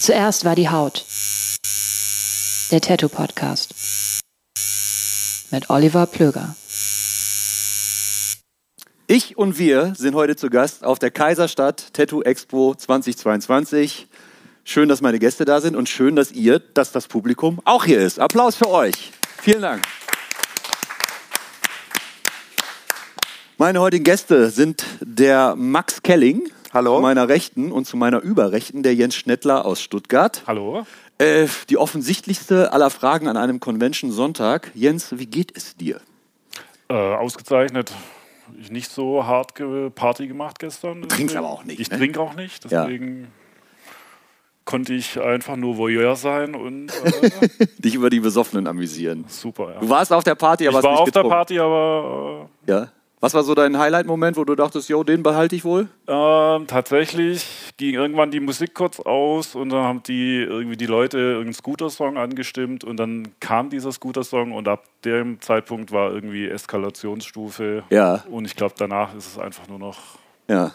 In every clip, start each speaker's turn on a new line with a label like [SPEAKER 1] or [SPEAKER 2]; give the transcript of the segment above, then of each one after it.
[SPEAKER 1] Zuerst war die Haut. Der Tattoo Podcast. Mit Oliver Plöger.
[SPEAKER 2] Ich und wir sind heute zu Gast auf der Kaiserstadt Tattoo Expo 2022. Schön, dass meine Gäste da sind und schön, dass ihr, dass das Publikum auch hier ist. Applaus für euch. Vielen Dank. Meine heutigen Gäste sind der Max Kelling.
[SPEAKER 3] Hallo.
[SPEAKER 2] Zu meiner Rechten und zu meiner Überrechten der Jens Schnettler aus Stuttgart.
[SPEAKER 3] Hallo.
[SPEAKER 2] Äh, die offensichtlichste aller Fragen an einem Convention-Sonntag. Jens, wie geht es dir?
[SPEAKER 3] Äh, ausgezeichnet. Ich nicht so hart ge Party gemacht gestern. Du
[SPEAKER 2] trinkst aber auch nicht,
[SPEAKER 3] Ich
[SPEAKER 2] ne?
[SPEAKER 3] trinke auch nicht,
[SPEAKER 2] Ja.
[SPEAKER 3] deswegen konnte ich einfach nur Voyeur sein und äh,
[SPEAKER 2] Dich über die Besoffenen amüsieren.
[SPEAKER 3] super. Ja.
[SPEAKER 2] Du warst auf der Party,
[SPEAKER 3] ich
[SPEAKER 2] aber
[SPEAKER 3] war
[SPEAKER 2] hast nicht
[SPEAKER 3] auf der
[SPEAKER 2] getrunken.
[SPEAKER 3] Party, aber
[SPEAKER 2] Ja. Was war so dein Highlight-Moment, wo du dachtest, yo, den behalte ich wohl?
[SPEAKER 3] äh, ähm, tatsächlich ging irgendwann die Musik kurz aus und dann haben die irgendwie die Leute irgendeinen Scooter-Song angestimmt und dann kam dieser Scooter-Song und ab dem Zeitpunkt war irgendwie Eskalationsstufe.
[SPEAKER 2] Ja.
[SPEAKER 3] Und ich glaube, danach ist es einfach nur noch
[SPEAKER 2] Ja.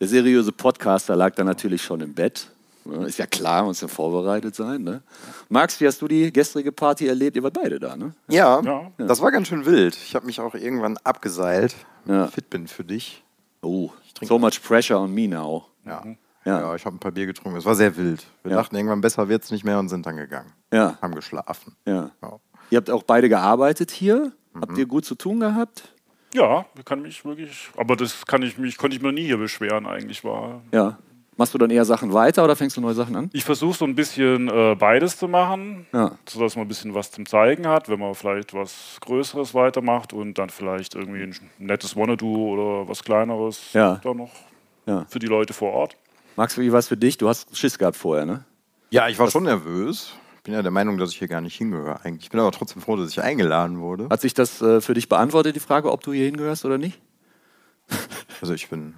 [SPEAKER 2] Der seriöse Podcaster lag da natürlich schon im Bett. Ist ja klar, muss ja vorbereitet sein. Ne? Max, wie hast du die gestrige Party erlebt? Ihr wart beide da, ne?
[SPEAKER 4] Ja,
[SPEAKER 3] Ja.
[SPEAKER 4] das war ganz schön wild. Ich habe mich auch irgendwann abgeseilt. wenn
[SPEAKER 2] Ja.
[SPEAKER 4] ich Fit bin für dich.
[SPEAKER 2] Oh, so much pressure on me now.
[SPEAKER 4] Ja.
[SPEAKER 2] Ja.
[SPEAKER 4] Mhm. Ja. ich habe ein paar Bier getrunken. Es war sehr wild. Wir
[SPEAKER 2] Ja.
[SPEAKER 4] dachten irgendwann besser wird's nicht mehr und sind dann gegangen.
[SPEAKER 2] Ja.
[SPEAKER 4] Haben geschlafen.
[SPEAKER 2] Ja. Mhm.
[SPEAKER 4] Ja.
[SPEAKER 2] Ihr habt auch beide gearbeitet hier. Habt ihr gut zu tun gehabt?
[SPEAKER 3] Ja, ich kann mich wirklich. Aber das kann ich mich, konnte ich mir nie hier beschweren, eigentlich war.
[SPEAKER 2] Ja. Machst du dann eher Sachen weiter oder fängst du neue Sachen an?
[SPEAKER 3] Ich versuche so ein bisschen äh, beides zu machen,
[SPEAKER 2] Ja.
[SPEAKER 3] sodass man ein bisschen was zum Zeigen hat, wenn man vielleicht was Größeres weitermacht und dann vielleicht irgendwie ein nettes Wanna-Do oder was Kleineres
[SPEAKER 2] Ja.
[SPEAKER 3] da noch
[SPEAKER 2] Ja.
[SPEAKER 3] für die Leute vor Ort.
[SPEAKER 2] Max, wie war es für dich? Du hast Schiss gehabt vorher, ne?
[SPEAKER 4] Ja, ich war schon nervös. Ich bin ja der Meinung, dass ich hier gar nicht hingehöre eigentlich. Ich bin aber trotzdem froh, dass ich eingeladen wurde.
[SPEAKER 2] Hat sich das äh, für dich beantwortet, die Frage, ob du hier hingehörst oder nicht?
[SPEAKER 4] Also ich bin.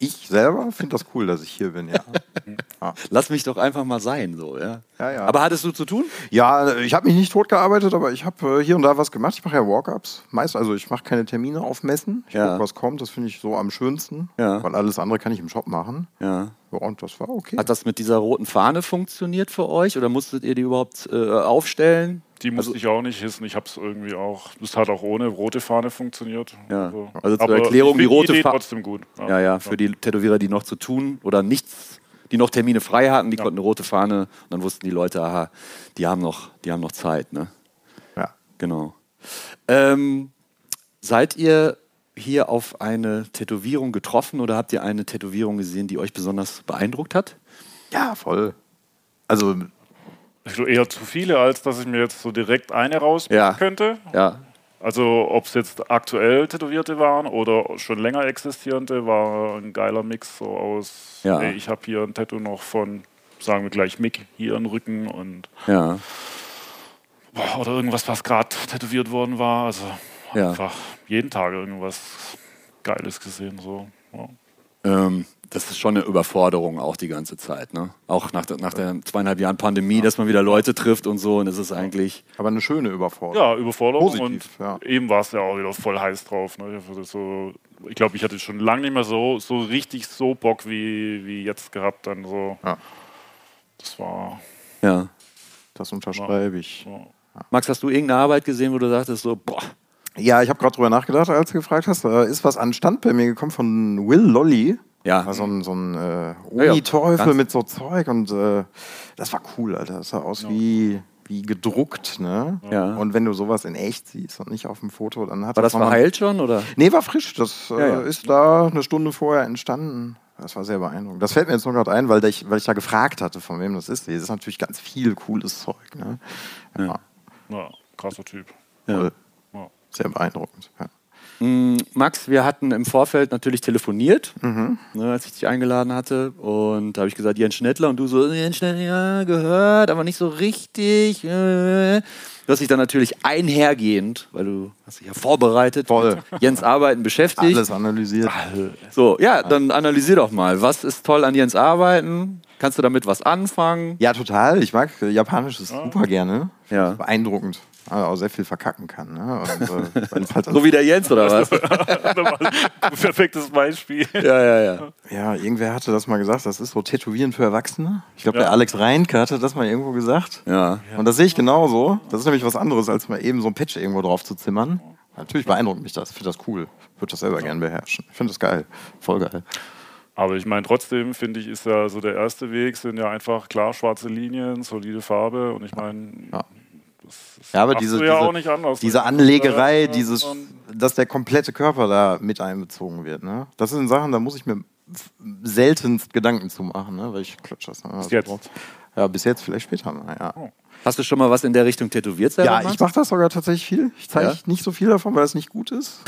[SPEAKER 4] Ich selber finde das cool, dass ich hier bin, ja.
[SPEAKER 2] Lass mich doch einfach mal sein, so, ja.
[SPEAKER 4] Ja, ja.
[SPEAKER 2] Aber hattest du zu tun?
[SPEAKER 4] Ja, ich habe mich nicht totgearbeitet, aber ich habe äh, hier und da was gemacht. Ich mache ja Walk-ups. Meist, also ich mache keine Termine auf Messen. Ich
[SPEAKER 2] Ja.
[SPEAKER 4] gucke, was kommt. Das finde ich so am schönsten.
[SPEAKER 2] Ja.
[SPEAKER 4] Weil alles andere kann ich im Shop machen.
[SPEAKER 2] Ja. Also
[SPEAKER 4] Ja, und das war okay.
[SPEAKER 2] Hat das mit dieser roten Fahne funktioniert für euch oder musstet ihr die überhaupt äh, aufstellen? Also,
[SPEAKER 3] Die musste ich auch nicht hissen. Ich habe es irgendwie auch. Das hat auch ohne rote Fahne funktioniert.
[SPEAKER 2] Ja.
[SPEAKER 3] Also,
[SPEAKER 2] Also zur
[SPEAKER 3] aber
[SPEAKER 2] Erklärung,
[SPEAKER 3] ich find
[SPEAKER 2] die rote
[SPEAKER 3] Idee
[SPEAKER 2] Fa-
[SPEAKER 3] trotzdem gut.
[SPEAKER 2] Ja, ja, für die Tätowierer, die noch zu tun oder nichts, die noch Termine frei hatten, die konnten eine rote Fahne und dann wussten die Leute, aha, die haben noch, die haben noch Zeit, ne?
[SPEAKER 4] Ja.
[SPEAKER 2] Genau. Ähm, seid ihr hier auf eine Tätowierung getroffen oder habt ihr eine Tätowierung gesehen, die euch besonders beeindruckt hat?
[SPEAKER 4] ja, voll. Also,
[SPEAKER 3] Ich glaub, eher zu viele, als dass ich mir jetzt so direkt eine rauspicken
[SPEAKER 2] Ja.
[SPEAKER 3] könnte.
[SPEAKER 2] Ja.
[SPEAKER 3] Also ob es jetzt aktuell Tätowierte waren oder schon länger existierende, war ein geiler Mix so aus,
[SPEAKER 2] Ja.
[SPEAKER 3] ey, ich habe hier ein Tattoo noch von, sagen wir gleich Mick, hier im Rücken und
[SPEAKER 2] Ja.
[SPEAKER 3] boah, oder irgendwas, was gerade tätowiert worden war. Also
[SPEAKER 2] Ja.
[SPEAKER 3] einfach jeden Tag irgendwas Geiles gesehen. So. Ja.
[SPEAKER 2] Ähm, das ist schon eine Überforderung auch die ganze Zeit. Ne? Auch nach, der- nach der zweieinhalb Jahren Pandemie, dass man wieder Leute trifft und so. Und es ist eigentlich,
[SPEAKER 4] Aber eine schöne Überforderung.
[SPEAKER 3] Ja, Überforderung
[SPEAKER 4] Positiv,
[SPEAKER 3] und
[SPEAKER 4] ja.
[SPEAKER 3] eben war es ja auch wieder voll heiß drauf. Ne? Ich, hatte so, ich glaube, ich hatte schon lange nicht mehr so, so richtig so Bock wie, wie jetzt gehabt. Dann so.
[SPEAKER 4] Ja.
[SPEAKER 3] Das war.
[SPEAKER 2] ja.
[SPEAKER 4] Das unterschreibe ich.
[SPEAKER 2] Max, hast du irgendeine Arbeit gesehen, wo du sagtest so, boah,
[SPEAKER 4] Ja, ich habe gerade drüber nachgedacht, als du gefragt hast. Da ist was an Stand bei mir gekommen von Will Lolly.
[SPEAKER 2] Ja.
[SPEAKER 4] War So ein, so ein äh,
[SPEAKER 2] ja,
[SPEAKER 4] Uni-Teufel
[SPEAKER 2] ganz-
[SPEAKER 4] mit so Zeug und äh, das war cool, Alter. Das sah aus wie, wie gedruckt, ne?
[SPEAKER 2] Ja.
[SPEAKER 4] Und wenn du sowas in echt siehst und nicht auf dem Foto, dann hat
[SPEAKER 2] war das
[SPEAKER 4] nochmal-
[SPEAKER 2] verheilt schon? Oder?
[SPEAKER 4] Nee, war frisch. Das äh,
[SPEAKER 2] Ja, ja.
[SPEAKER 4] ist da eine Stunde vorher entstanden. Das war sehr beeindruckend. Das fällt mir jetzt nur gerade ein, weil ich, weil ich da gefragt hatte, von wem das ist. Das ist natürlich ganz viel cooles Zeug. Ne? Ja,
[SPEAKER 3] Ja, krasser Typ.
[SPEAKER 4] Voll.
[SPEAKER 3] Ja.
[SPEAKER 4] Sehr beeindruckend. Ja.
[SPEAKER 2] Hm, Max, wir hatten im Vorfeld natürlich telefoniert, ne, als ich dich eingeladen hatte. Und da habe ich gesagt, Jens Schnettler. Und du so, Jens Schnettler, ja, gehört, aber nicht so richtig. äh. Du hast dich dann natürlich einhergehend, weil du hast dich ja vorbereitet,
[SPEAKER 4] Voll.
[SPEAKER 2] mit Jens Arbeiten beschäftigt.
[SPEAKER 4] Alles analysiert.
[SPEAKER 2] So, ja, dann analysier doch mal. Was ist toll an Jens Arbeiten? Kannst du damit was anfangen?
[SPEAKER 4] Ja, total. Ich mag äh, Japanisches super gerne.
[SPEAKER 2] Ah. Ja.
[SPEAKER 4] Beeindruckend. Also auch sehr viel verkacken kann. Ne? Und, äh, weil es halt
[SPEAKER 2] So wie der Jens, oder was?
[SPEAKER 3] Perfektes Beispiel.
[SPEAKER 2] ja, ja, ja.
[SPEAKER 4] Ja, irgendwer hatte das mal gesagt, das ist so Tätowieren für Erwachsene. Ich glaube, der Alex Reinke hatte das mal irgendwo gesagt.
[SPEAKER 2] Ja.
[SPEAKER 4] Und das sehe ich genauso. Das ist nämlich was anderes, als mal eben so ein Patch irgendwo drauf zu zimmern. Natürlich beeindruckt mich das. Ich finde das cool. Ich würde das selber gern beherrschen. Ich finde das geil. Voll geil.
[SPEAKER 3] Aber ich meine, trotzdem finde ich, ist ja so der erste Weg, sind ja einfach klar schwarze Linien, solide Farbe. Und ich meine,
[SPEAKER 4] Ja.
[SPEAKER 3] das, das
[SPEAKER 4] Ja, aber
[SPEAKER 3] machst
[SPEAKER 4] diese,
[SPEAKER 3] du ja
[SPEAKER 4] diese,
[SPEAKER 3] auch nicht anders. ne? Also, äh,
[SPEAKER 4] diese Anlegerei,
[SPEAKER 3] Ja,
[SPEAKER 4] dieses,
[SPEAKER 3] und-
[SPEAKER 4] dass der komplette Körper da mit einbezogen wird. Ne? Das sind Sachen, da muss ich mir seltenst Gedanken zu machen, ne? weil ich klatsch das. Ne? Bis
[SPEAKER 3] jetzt. Oh.
[SPEAKER 4] Ja, bis jetzt, vielleicht später mal, ja.
[SPEAKER 2] Hast du schon mal was in der Richtung tätowiert selber?
[SPEAKER 4] Ja,
[SPEAKER 2] Max?
[SPEAKER 4] ich mache das sogar tatsächlich viel. Ich zeige
[SPEAKER 2] Ja?
[SPEAKER 4] nicht so viel davon, weil es nicht gut ist.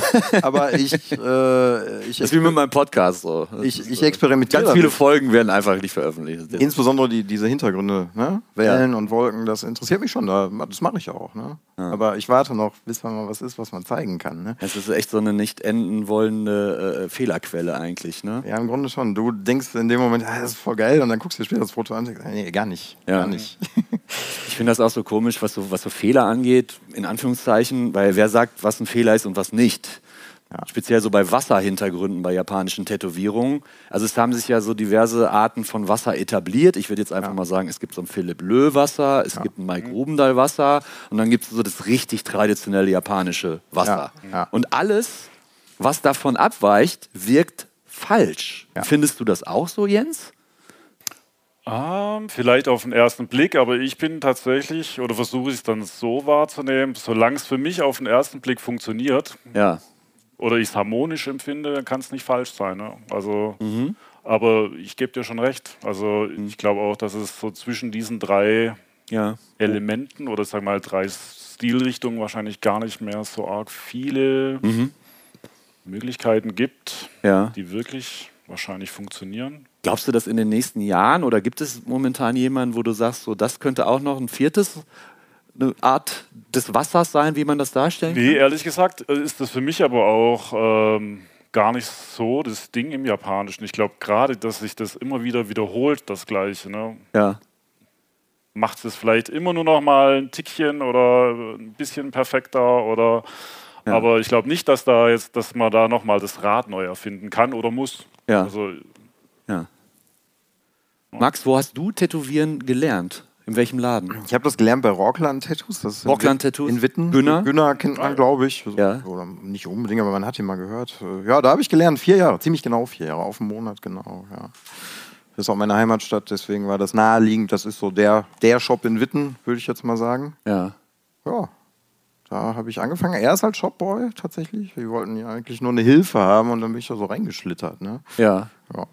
[SPEAKER 4] Aber ich, äh, ich,
[SPEAKER 2] Das ist wie mit meinem Podcast so. Das
[SPEAKER 4] ich,
[SPEAKER 2] ist,
[SPEAKER 4] ich
[SPEAKER 2] äh,
[SPEAKER 4] experimentiere
[SPEAKER 2] Ganz viele
[SPEAKER 4] damit.
[SPEAKER 2] Folgen werden einfach nicht veröffentlicht.
[SPEAKER 4] Insbesondere die, diese Hintergründe, ne? Wellen und Wolken, das interessiert mich schon. Da, das mache ich auch. Ne? Aber ich warte noch, bis man mal was ist, was man zeigen kann. Ne?
[SPEAKER 2] Es ist echt so eine nicht enden wollende äh, Fehlerquelle eigentlich, ne?
[SPEAKER 4] Ja, im Grunde schon. Du denkst in dem Moment, ah, das ist voll geil, und dann guckst du dir später das Foto an und denkst, nee, gar nicht.
[SPEAKER 2] Ja.
[SPEAKER 4] Gar nicht.
[SPEAKER 2] Ich finde das auch so komisch, was so, was so Fehler angeht, in Anführungszeichen, weil wer sagt, was ein Fehler ist und was nicht? Speziell so bei Wasserhintergründen bei japanischen Tätowierungen. Also es haben sich ja so diverse Arten von Wasser etabliert. Ich würde jetzt einfach mal sagen, es gibt so ein Philipp Löh Wasser, es gibt ein Mike
[SPEAKER 4] Mhm.
[SPEAKER 2] Rubendahl Wasser und dann gibt es so das richtig traditionelle japanische Wasser.
[SPEAKER 4] Ja, ja.
[SPEAKER 2] Und alles, was davon abweicht, wirkt falsch.
[SPEAKER 4] Ja.
[SPEAKER 2] Findest du das auch so, Jens?
[SPEAKER 3] Ähm, vielleicht auf den ersten Blick, aber ich bin tatsächlich oder versuche es dann so wahrzunehmen, solange es für mich auf den ersten Blick funktioniert
[SPEAKER 2] Ja.
[SPEAKER 3] oder ich es harmonisch empfinde, dann kann es nicht falsch sein. Ne? Also, aber ich gebe dir schon recht. Also ich glaube auch, dass es so zwischen diesen drei
[SPEAKER 2] Ja.
[SPEAKER 3] Elementen oder sagen wir mal drei Stilrichtungen wahrscheinlich gar nicht mehr so arg viele Möglichkeiten gibt,
[SPEAKER 2] Ja.
[SPEAKER 3] die wirklich wahrscheinlich funktionieren.
[SPEAKER 2] Glaubst du, dass in den nächsten Jahren oder gibt es momentan jemanden, wo du sagst, so das könnte auch noch ein viertes eine Art des Wassers sein, wie man das darstellen kann?
[SPEAKER 3] Nee, ehrlich gesagt äh, ist das für mich aber auch ähm, gar nicht so das Ding im Japanischen. Ich glaube gerade, dass sich das immer wieder wiederholt, das Gleiche. Ne?
[SPEAKER 2] Ja.
[SPEAKER 3] Macht es vielleicht immer nur noch mal ein Tickchen oder ein bisschen perfekter oder. Aber ich glaube nicht, dass da jetzt, dass man da nochmal das Rad neu erfinden kann oder muss.
[SPEAKER 2] Ja.
[SPEAKER 3] Also
[SPEAKER 2] ja. Max, wo hast du Tätowieren gelernt? In welchem Laden?
[SPEAKER 4] Ich habe das gelernt bei Rockland Tattoos. Das ist in
[SPEAKER 2] Rockland
[SPEAKER 4] Wit-
[SPEAKER 2] Tattoos?
[SPEAKER 4] In Witten.
[SPEAKER 2] Günner?
[SPEAKER 4] Günner kennt man, glaube ich.
[SPEAKER 2] Ja.
[SPEAKER 4] Oder nicht unbedingt, aber man hat ihn mal gehört. Äh, Ja, da habe ich gelernt. Vier Jahre, ziemlich genau vier Jahre, auf einen Monat genau. Ja. Das ist auch meine Heimatstadt, deswegen war das naheliegend. Das ist so der, der Shop in Witten, würde ich jetzt mal sagen.
[SPEAKER 2] Ja.
[SPEAKER 4] Ja, da habe ich angefangen. Er ist halt Shopboy tatsächlich. Wir wollten ja eigentlich nur eine Hilfe haben und dann bin ich da so reingeschlittert. Ne?
[SPEAKER 2] Ja.
[SPEAKER 4] Ja.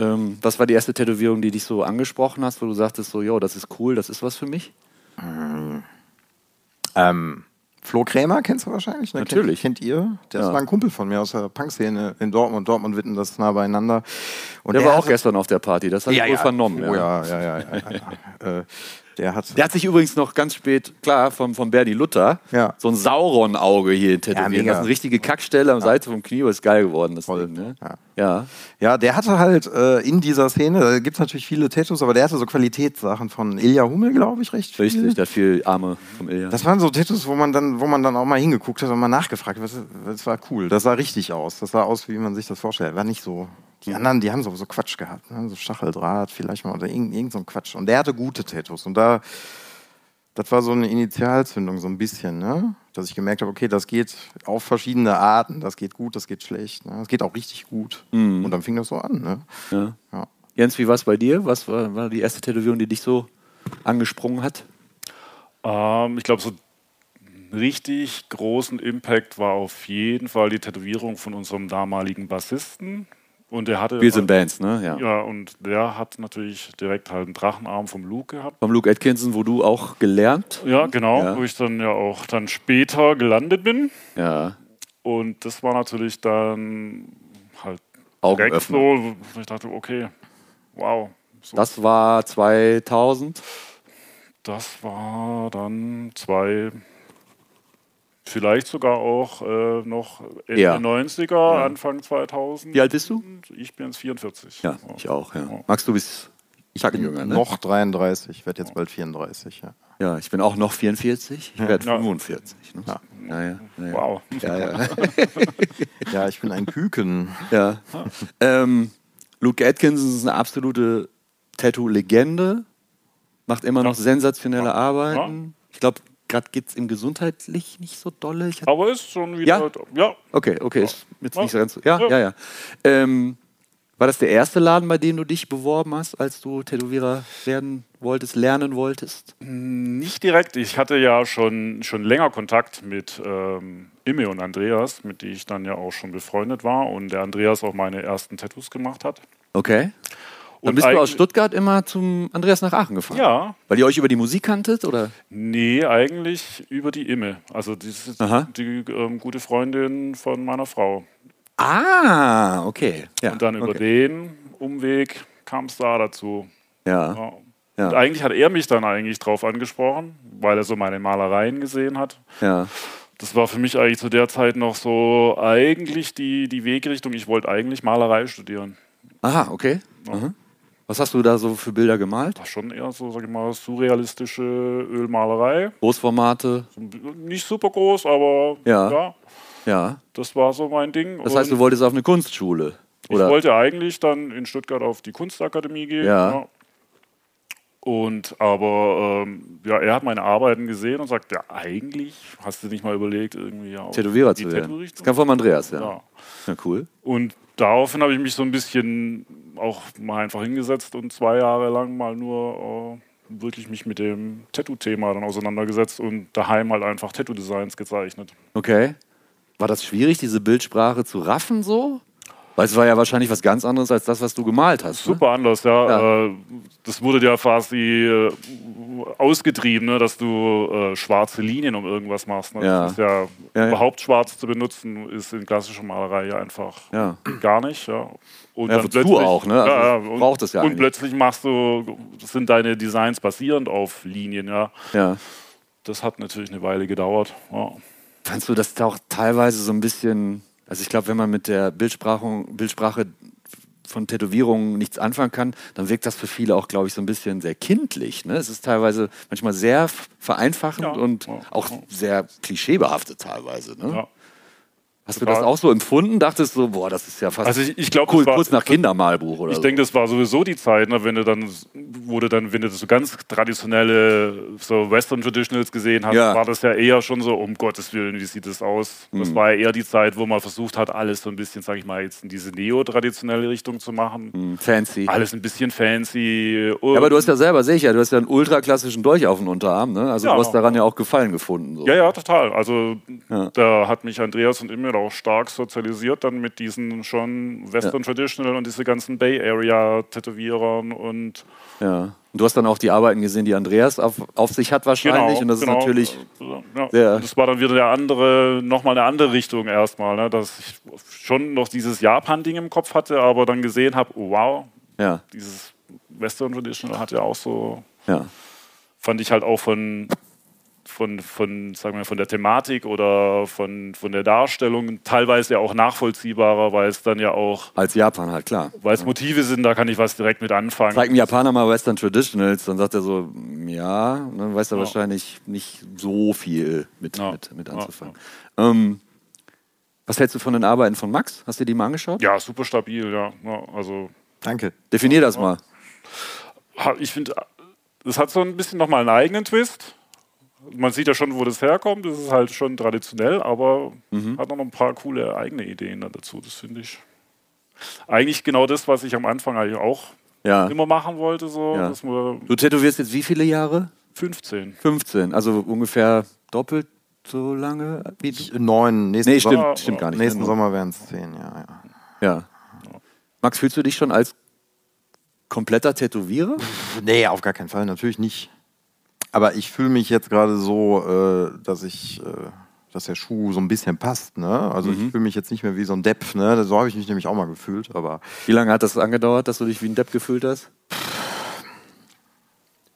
[SPEAKER 2] Ähm, was war die erste Tätowierung, die dich so angesprochen hast, wo du sagtest, so, jo, das ist cool, das ist was für mich?
[SPEAKER 4] Ähm, Flo Krämer kennst du wahrscheinlich, ne?
[SPEAKER 2] Natürlich.
[SPEAKER 4] Kennt, kennt ihr? Der
[SPEAKER 2] Ja.
[SPEAKER 4] ist war ein Kumpel von mir aus der Punkszene in Dortmund. Dortmund-Witten, das ist nah beieinander. Und
[SPEAKER 2] Der war auch
[SPEAKER 4] hatte-
[SPEAKER 2] gestern auf der Party, das habe ich wohl vernommen.
[SPEAKER 4] Oh, ja, ja, ja. ja, ja. äh, Der hat.
[SPEAKER 2] Der hat sich übrigens noch ganz spät, klar, vom, vom Bernie Luther,
[SPEAKER 4] Ja.
[SPEAKER 2] so ein Sauron-Auge hier tätowieren
[SPEAKER 4] mega.
[SPEAKER 2] lassen. Richtige Kackstelle am Seite vom Knie, aber ist geil geworden. Das Ding, ne?
[SPEAKER 4] ja.
[SPEAKER 2] ja.
[SPEAKER 4] Ja, der hatte halt äh, in dieser Szene, da gibt es natürlich viele Tattoos, aber der hatte so Qualitätssachen von Ilja Hummel, glaube ich, recht viel.
[SPEAKER 2] richtig, da viel Arme vom Ilja.
[SPEAKER 4] Das waren so Tattoos, wo man dann, wo man dann auch mal hingeguckt hat und mal nachgefragt hat. Das, das war cool. Das sah richtig aus. Das sah aus, wie man sich das vorstellt. War nicht so. Die anderen, die haben so, so Quatsch gehabt. Ne? So Stacheldraht vielleicht mal oder irgend, irgend so ein Quatsch. Und der hatte gute Tattoos. Und da, das war so eine Initialzündung, so ein bisschen, ne? Dass ich gemerkt habe, okay, das geht auf verschiedene Arten. Das geht gut, das geht schlecht. Ne? Das geht auch richtig gut. Und dann fing das so an, ne?
[SPEAKER 2] Mhm. ja.
[SPEAKER 4] Ja.
[SPEAKER 2] Jens, wie war es bei dir? Was war, war die erste Tätowierung, die dich so angesprungen hat?
[SPEAKER 3] Ähm, ich glaube, so einen richtig großen Impact war auf jeden Fall die Tätowierung von unserem damaligen Bassisten. Und der hatte. halt
[SPEAKER 2] Wir sind Bands, ne? Ja.
[SPEAKER 3] Ja, und der hat natürlich direkt halt einen Drachenarm vom Luke gehabt.
[SPEAKER 2] Vom Luke Atkinson, wo du auch gelernt.
[SPEAKER 3] Ja, genau,
[SPEAKER 2] Ja.
[SPEAKER 3] wo ich dann ja auch dann später gelandet bin.
[SPEAKER 2] Ja.
[SPEAKER 3] Und das war natürlich dann halt direkt so,
[SPEAKER 2] Augenöffner.
[SPEAKER 3] wo ich dachte, okay, wow. So, das,
[SPEAKER 2] Das war 2000.
[SPEAKER 3] war dann zwei, vielleicht sogar auch äh, noch Ende
[SPEAKER 2] Ja.
[SPEAKER 3] 90er, Anfang 2000.
[SPEAKER 2] Wie alt bist du?
[SPEAKER 3] Ich bin jetzt Oh, 44.
[SPEAKER 2] Ja, ich auch. Ja. Max, du bist ich bin jünger, ne?
[SPEAKER 4] Noch 33, werde jetzt bald 34, ja.
[SPEAKER 2] Ja, ich bin auch noch 44. Ich werde
[SPEAKER 3] Ja.
[SPEAKER 2] 45. Ne? Ja. Naja, naja.
[SPEAKER 3] Wow.
[SPEAKER 2] Ja, ja.
[SPEAKER 4] Ja, ich bin ein Küken.
[SPEAKER 2] ja. ähm, Luke Atkinson ist eine absolute Tattoo-Legende. Macht immer noch sensationelle Arbeiten. Ich glaube, gerade geht es ihm gesundheitlich nicht so dolle. Ich hatte
[SPEAKER 3] Aber ist schon wieder. Ja,
[SPEAKER 2] Okay, okay, ist jetzt
[SPEAKER 3] Ja.
[SPEAKER 2] nicht so ganz. Ja, ja,
[SPEAKER 3] Ja.
[SPEAKER 2] ja. Ähm, war das der erste Laden, bei dem du dich beworben hast, als du Tätowierer werden wolltest, lernen wolltest?
[SPEAKER 3] Nicht direkt. Ich hatte ja schon, schon länger Kontakt mit ähm, Imme und Andreas, mit die ich dann ja auch schon befreundet war und der Andreas auch meine ersten Tattoos gemacht hat.
[SPEAKER 2] Okay. Dann
[SPEAKER 3] Und
[SPEAKER 2] bist du aus
[SPEAKER 3] eigentlich-
[SPEAKER 2] Stuttgart immer zum Andreas nach Aachen gefahren?
[SPEAKER 3] Ja.
[SPEAKER 2] Weil ihr euch über die Musik kanntet? Oder?
[SPEAKER 3] Nee, eigentlich über die Imme. Also die, ist
[SPEAKER 2] Aha.
[SPEAKER 3] die ähm, gute Freundin von meiner Frau.
[SPEAKER 2] Ah, okay. Ja,
[SPEAKER 3] Und dann über
[SPEAKER 2] okay.
[SPEAKER 3] den Umweg kam es da dazu.
[SPEAKER 2] Ja.
[SPEAKER 3] Ja.
[SPEAKER 2] Ja.
[SPEAKER 3] Und eigentlich hat er mich dann eigentlich drauf angesprochen, weil er so meine Malereien gesehen hat.
[SPEAKER 2] ja.
[SPEAKER 3] Das war für mich eigentlich zu der Zeit noch so eigentlich die, die Wegrichtung. Ich wollte eigentlich Malerei studieren.
[SPEAKER 2] Aha, okay. Mhm. Was hast du da so für Bilder gemalt?
[SPEAKER 3] War schon eher so, sag ich mal, surrealistische Ölmalerei.
[SPEAKER 2] Großformate?
[SPEAKER 3] Nicht super groß, aber
[SPEAKER 2] Ja.
[SPEAKER 3] ja,
[SPEAKER 2] Ja.
[SPEAKER 3] das war so mein Ding.
[SPEAKER 2] Das heißt, du
[SPEAKER 3] Und
[SPEAKER 2] wolltest auf eine Kunstschule? Oder?
[SPEAKER 3] ich wollte eigentlich dann in Stuttgart auf die Kunstakademie gehen.
[SPEAKER 2] Ja.
[SPEAKER 3] Und aber ähm, ja, er hat meine Arbeiten gesehen und sagt, ja, eigentlich hast du nicht mal überlegt, irgendwie ja, auch
[SPEAKER 2] Tätowierer
[SPEAKER 3] die
[SPEAKER 2] zu werden. Das
[SPEAKER 3] Tattoo-Richtung?
[SPEAKER 2] kam vom Andreas, ja.
[SPEAKER 3] Ja.
[SPEAKER 2] Na cool.
[SPEAKER 3] Und daraufhin habe ich mich so ein bisschen auch mal einfach hingesetzt und zwei Jahre lang mal nur äh, wirklich mich mit dem Tattoo-Thema dann auseinandergesetzt und daheim halt einfach Tattoo-Designs gezeichnet.
[SPEAKER 2] Okay. War das schwierig, diese Bildsprache zu raffen so? Weil es war ja wahrscheinlich was ganz anderes als das, was du gemalt hast. ne?
[SPEAKER 3] Super anders, ja.
[SPEAKER 2] Ja.
[SPEAKER 3] Äh, das wurde ja quasi äh, ausgetrieben, ne, dass du äh, schwarze Linien um irgendwas machst. Ne?
[SPEAKER 2] Ja.
[SPEAKER 3] Das ist ja,
[SPEAKER 2] ja.
[SPEAKER 3] überhaupt schwarz zu benutzen, ist in klassischer Malerei ja einfach
[SPEAKER 2] Ja.
[SPEAKER 3] gar nicht. Ja. Und
[SPEAKER 2] Ja, wozu auch, ne? Also
[SPEAKER 3] ja,
[SPEAKER 2] das
[SPEAKER 3] und,
[SPEAKER 2] braucht es ja
[SPEAKER 3] Und
[SPEAKER 2] eigentlich.
[SPEAKER 3] plötzlich machst du, das sind deine Designs basierend auf Linien, ja.
[SPEAKER 2] Ne? Ja.
[SPEAKER 3] Das hat natürlich eine Weile gedauert. Ja.
[SPEAKER 2] Fandst du das auch teilweise so ein bisschen? Also ich glaube, wenn man mit der Bildsprache, Bildsprache von Tätowierungen nichts anfangen kann, dann wirkt das für viele auch, glaube ich, so ein bisschen sehr kindlich. Ne? Es ist teilweise manchmal sehr f- vereinfachend
[SPEAKER 3] Ja.
[SPEAKER 2] und
[SPEAKER 3] Ja.
[SPEAKER 2] auch sehr klischeebehaftet teilweise. Ne?
[SPEAKER 3] Ja.
[SPEAKER 2] Hast du das
[SPEAKER 3] Total.
[SPEAKER 2] auch so empfunden? Dachtest du, so, boah, das ist ja fast
[SPEAKER 3] Also ich, ich glaube,
[SPEAKER 2] cool, kurz nach Kindermalbuch oder
[SPEAKER 3] Ich
[SPEAKER 2] so.
[SPEAKER 3] denke, das war sowieso die Zeit, ne, wenn du dann wurde dann, wenn du so ganz traditionelle so Western Traditionals gesehen hast,
[SPEAKER 2] Ja. Mhm.
[SPEAKER 3] war das ja eher schon so um Gottes Willen, wie sieht das aus? Das war ja eher die Zeit, wo man versucht hat, alles so ein bisschen, sag ich mal, jetzt in diese neo-traditionelle Richtung zu machen.
[SPEAKER 2] Fancy.
[SPEAKER 3] Alles ein bisschen fancy.
[SPEAKER 2] Mhm. Ja, aber du hast ja selber, sehe ich ja, du hast ja einen ultraklassischen Dolch auf dem Unterarm, ne? Also
[SPEAKER 3] Ja. genau.
[SPEAKER 2] du hast daran ja auch Gefallen gefunden. So.
[SPEAKER 3] ja, ja, total. Also da hat mich Andreas und Imre auch stark sozialisiert dann mit diesen schon Western Traditional und diese ganzen Bay Area Tätowierern und
[SPEAKER 2] Ja. Und du hast dann auch die Arbeiten gesehen, die Andreas auf, auf sich hat
[SPEAKER 3] Genau,
[SPEAKER 2] wahrscheinlich. und das ist natürlich.
[SPEAKER 3] Ja.
[SPEAKER 2] sehr-
[SPEAKER 3] Das war dann wieder der andere, nochmal eine andere Richtung erstmal, ne? dass ich schon noch dieses Japan-Ding im Kopf hatte, aber dann gesehen habe, oh, wow,
[SPEAKER 2] Ja,
[SPEAKER 3] dieses Western Traditional hat ja auch so
[SPEAKER 2] ja.
[SPEAKER 3] fand ich halt auch von, von, von, sagen wir, von der Thematik oder von, von der Darstellung teilweise ja auch nachvollziehbarer, weil es dann ja auch,
[SPEAKER 2] Als Japan halt, klar.
[SPEAKER 3] weil es Motive sind, da kann ich was direkt mit anfangen.
[SPEAKER 2] Zeigt ein Japaner mal Western Traditionals, dann sagt er so, ja, und dann weiß er wahrscheinlich nicht so viel mit,
[SPEAKER 3] Ja.
[SPEAKER 2] mit, mit
[SPEAKER 3] Ja,
[SPEAKER 2] anzufangen. Ähm, was hältst du von den Arbeiten von Max? Hast du dir die mal angeschaut?
[SPEAKER 3] Ja, super stabil, ja. ja also
[SPEAKER 4] Danke.
[SPEAKER 2] Definier das mal.
[SPEAKER 3] Ha- Ah, ich finde, das hat so ein bisschen nochmal einen eigenen Twist. Man sieht ja schon, wo das herkommt. Das ist halt schon traditionell, aber
[SPEAKER 2] Mhm.
[SPEAKER 3] hat auch noch ein paar coole eigene Ideen da dazu. Das finde ich eigentlich genau das, was ich am Anfang eigentlich auch
[SPEAKER 2] Ja.
[SPEAKER 3] immer machen wollte. So,
[SPEAKER 2] Ja.
[SPEAKER 3] dass wir
[SPEAKER 2] Du tätowierst jetzt wie viele Jahre?
[SPEAKER 3] 15.
[SPEAKER 2] 15, also ungefähr doppelt so lange wie du.
[SPEAKER 4] äh, Neun. Nächsten
[SPEAKER 2] Nee, stimmt,
[SPEAKER 4] Sommer,
[SPEAKER 2] stimmt gar nicht.
[SPEAKER 4] Nächsten
[SPEAKER 2] ne?
[SPEAKER 4] Sommer wären es zehn, ja, ja.
[SPEAKER 2] Ja. Max, fühlst du dich schon als kompletter Tätowierer?
[SPEAKER 4] Nee, auf gar keinen Fall, natürlich nicht. Aber ich fühle mich jetzt gerade so, äh, dass ich, äh, dass der Schuh so ein bisschen passt. Ne? Also
[SPEAKER 2] Mhm.
[SPEAKER 4] ich fühle mich jetzt nicht mehr wie so ein Depp. Ne? So habe ich mich nämlich auch mal gefühlt. Aber
[SPEAKER 2] Wie lange hat das angedauert, dass du dich wie ein Depp gefühlt hast?